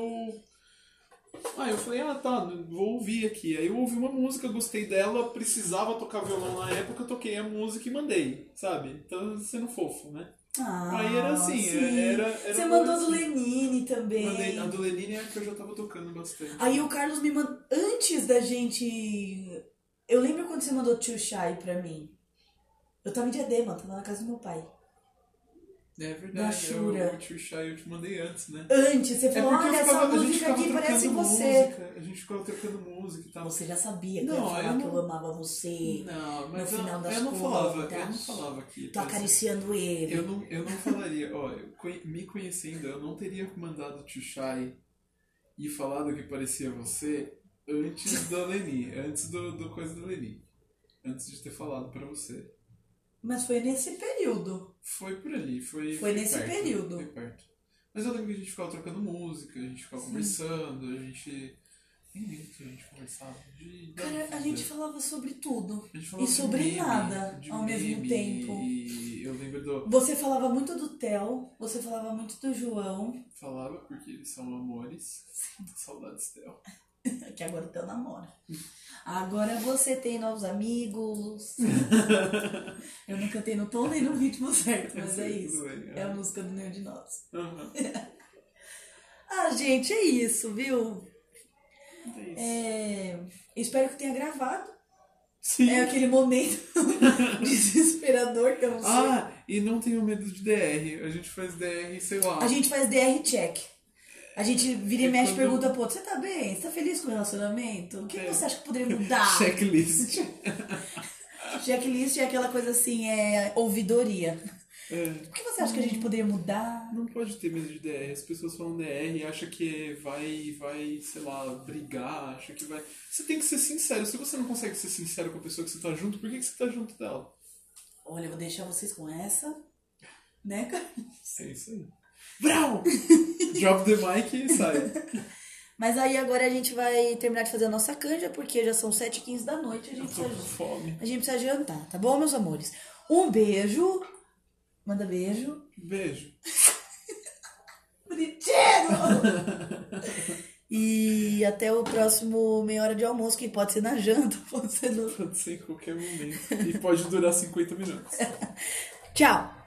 Speaker 2: Ah, eu falei, ah tá, vou ouvir aqui. Aí eu ouvi uma música, gostei dela, precisava tocar violão na época, eu toquei a música e mandei, sabe? Então sendo fofo, né?
Speaker 1: Ah,
Speaker 2: Aí era assim,
Speaker 1: sim.
Speaker 2: era- era
Speaker 1: Você
Speaker 2: uma
Speaker 1: mandou
Speaker 2: assim.
Speaker 1: do Lenine também.
Speaker 2: Mandei a do Lenine é a que eu já tava tocando bastante.
Speaker 1: Aí o Carlos me mandou. Antes da gente. Eu lembro quando você mandou Tio Shai pra mim. Eu tava em diadema, tava na casa do meu pai.
Speaker 2: É
Speaker 1: Da
Speaker 2: verdade, eu,
Speaker 1: Shura.
Speaker 2: eu te chá eu te mandei antes, né?
Speaker 1: Antes, você
Speaker 2: É
Speaker 1: falou:
Speaker 2: porque eu
Speaker 1: olha, essa
Speaker 2: ficava, a gente
Speaker 1: música
Speaker 2: ficava
Speaker 1: aqui
Speaker 2: trocando
Speaker 1: parece você.
Speaker 2: música. A gente ficava trocando música e tal.
Speaker 1: Você já sabia que eu
Speaker 2: Não,
Speaker 1: ia falar
Speaker 2: eu
Speaker 1: que
Speaker 2: não-
Speaker 1: eu amava você.
Speaker 2: Não, mas
Speaker 1: No
Speaker 2: eu,
Speaker 1: final das
Speaker 2: eu não falava,
Speaker 1: contas.
Speaker 2: eu não falava aqui.
Speaker 1: Tô
Speaker 2: parece-
Speaker 1: acariciando ele.
Speaker 2: Eu não, eu não falaria, ó, eu conhe- me conhecendo, eu não teria mandado Chuchai e falado que parecia você antes da Leni, antes do, do coisa da Leni. Antes de ter falado pra você.
Speaker 1: Mas foi nesse período.
Speaker 2: Foi por ali, foi.
Speaker 1: Foi nesse período.
Speaker 2: Foi perto. Mas eu lembro que a gente ficava trocando música, a gente ficava conversando, a gente. Nem lembro o que a gente conversava. De, da
Speaker 1: Cara, a
Speaker 2: vida.
Speaker 1: gente falava sobre tudo.
Speaker 2: A gente falava
Speaker 1: e
Speaker 2: de
Speaker 1: sobre
Speaker 2: meme,
Speaker 1: nada
Speaker 2: de
Speaker 1: ao mesmo
Speaker 2: meme,
Speaker 1: tempo.
Speaker 2: E eu lembro do.
Speaker 1: Você falava muito do Theo, você falava muito do João,
Speaker 2: Falava porque eles são amores. Saudades dela.
Speaker 1: que agora o Theo namora. Agora você tem novos amigos. Eu não cantei no tom nem no ritmo certo, mas é isso. É a música do Nenhum de Nós.
Speaker 2: né? Aham.
Speaker 1: Ah, gente, é isso, viu?
Speaker 2: É isso.
Speaker 1: É, Espero que tenha gravado.
Speaker 2: Sim.
Speaker 1: É aquele momento desesperador que eu não sei.
Speaker 2: Ah, e não tenho medo de DR. A gente faz DR, sei lá.
Speaker 1: A gente faz DR check. A gente vira e
Speaker 2: É
Speaker 1: mexe e
Speaker 2: quando-
Speaker 1: pergunta pro outro, você tá bem? Você tá feliz com o relacionamento? O que
Speaker 2: É.
Speaker 1: você acha que poderia mudar?
Speaker 2: Checklist.
Speaker 1: Checklist é aquela coisa assim, é ouvidoria.
Speaker 2: É,
Speaker 1: O que você acha que a gente poderia mudar?
Speaker 2: não pode ter medo de DR. As pessoas falam DR e acham que vai, vai, sei lá, brigar, acha que vai. Você tem que ser sincero. Se você não consegue ser sincero com a pessoa que você tá junto, por que, que você tá junto dela?
Speaker 1: Olha, eu vou deixar vocês com essa. Né, cara?
Speaker 2: É isso aí. Brau! Drop the mic e sai.
Speaker 1: Mas aí agora a gente vai terminar de fazer a nossa canja, porque já são 7h15 da noite e a
Speaker 2: Eu
Speaker 1: gente
Speaker 2: tô com
Speaker 1: precisa,
Speaker 2: fome.
Speaker 1: a gente precisa jantar, tá bom, meus amores? Um beijo. Manda beijo.
Speaker 2: Beijo.
Speaker 1: Bonitinho! e até o próximo meia hora de almoço, que pode ser na janta, pode ser no.
Speaker 2: Pode ser em qualquer momento. E pode durar 50 minutos.
Speaker 1: Tchau!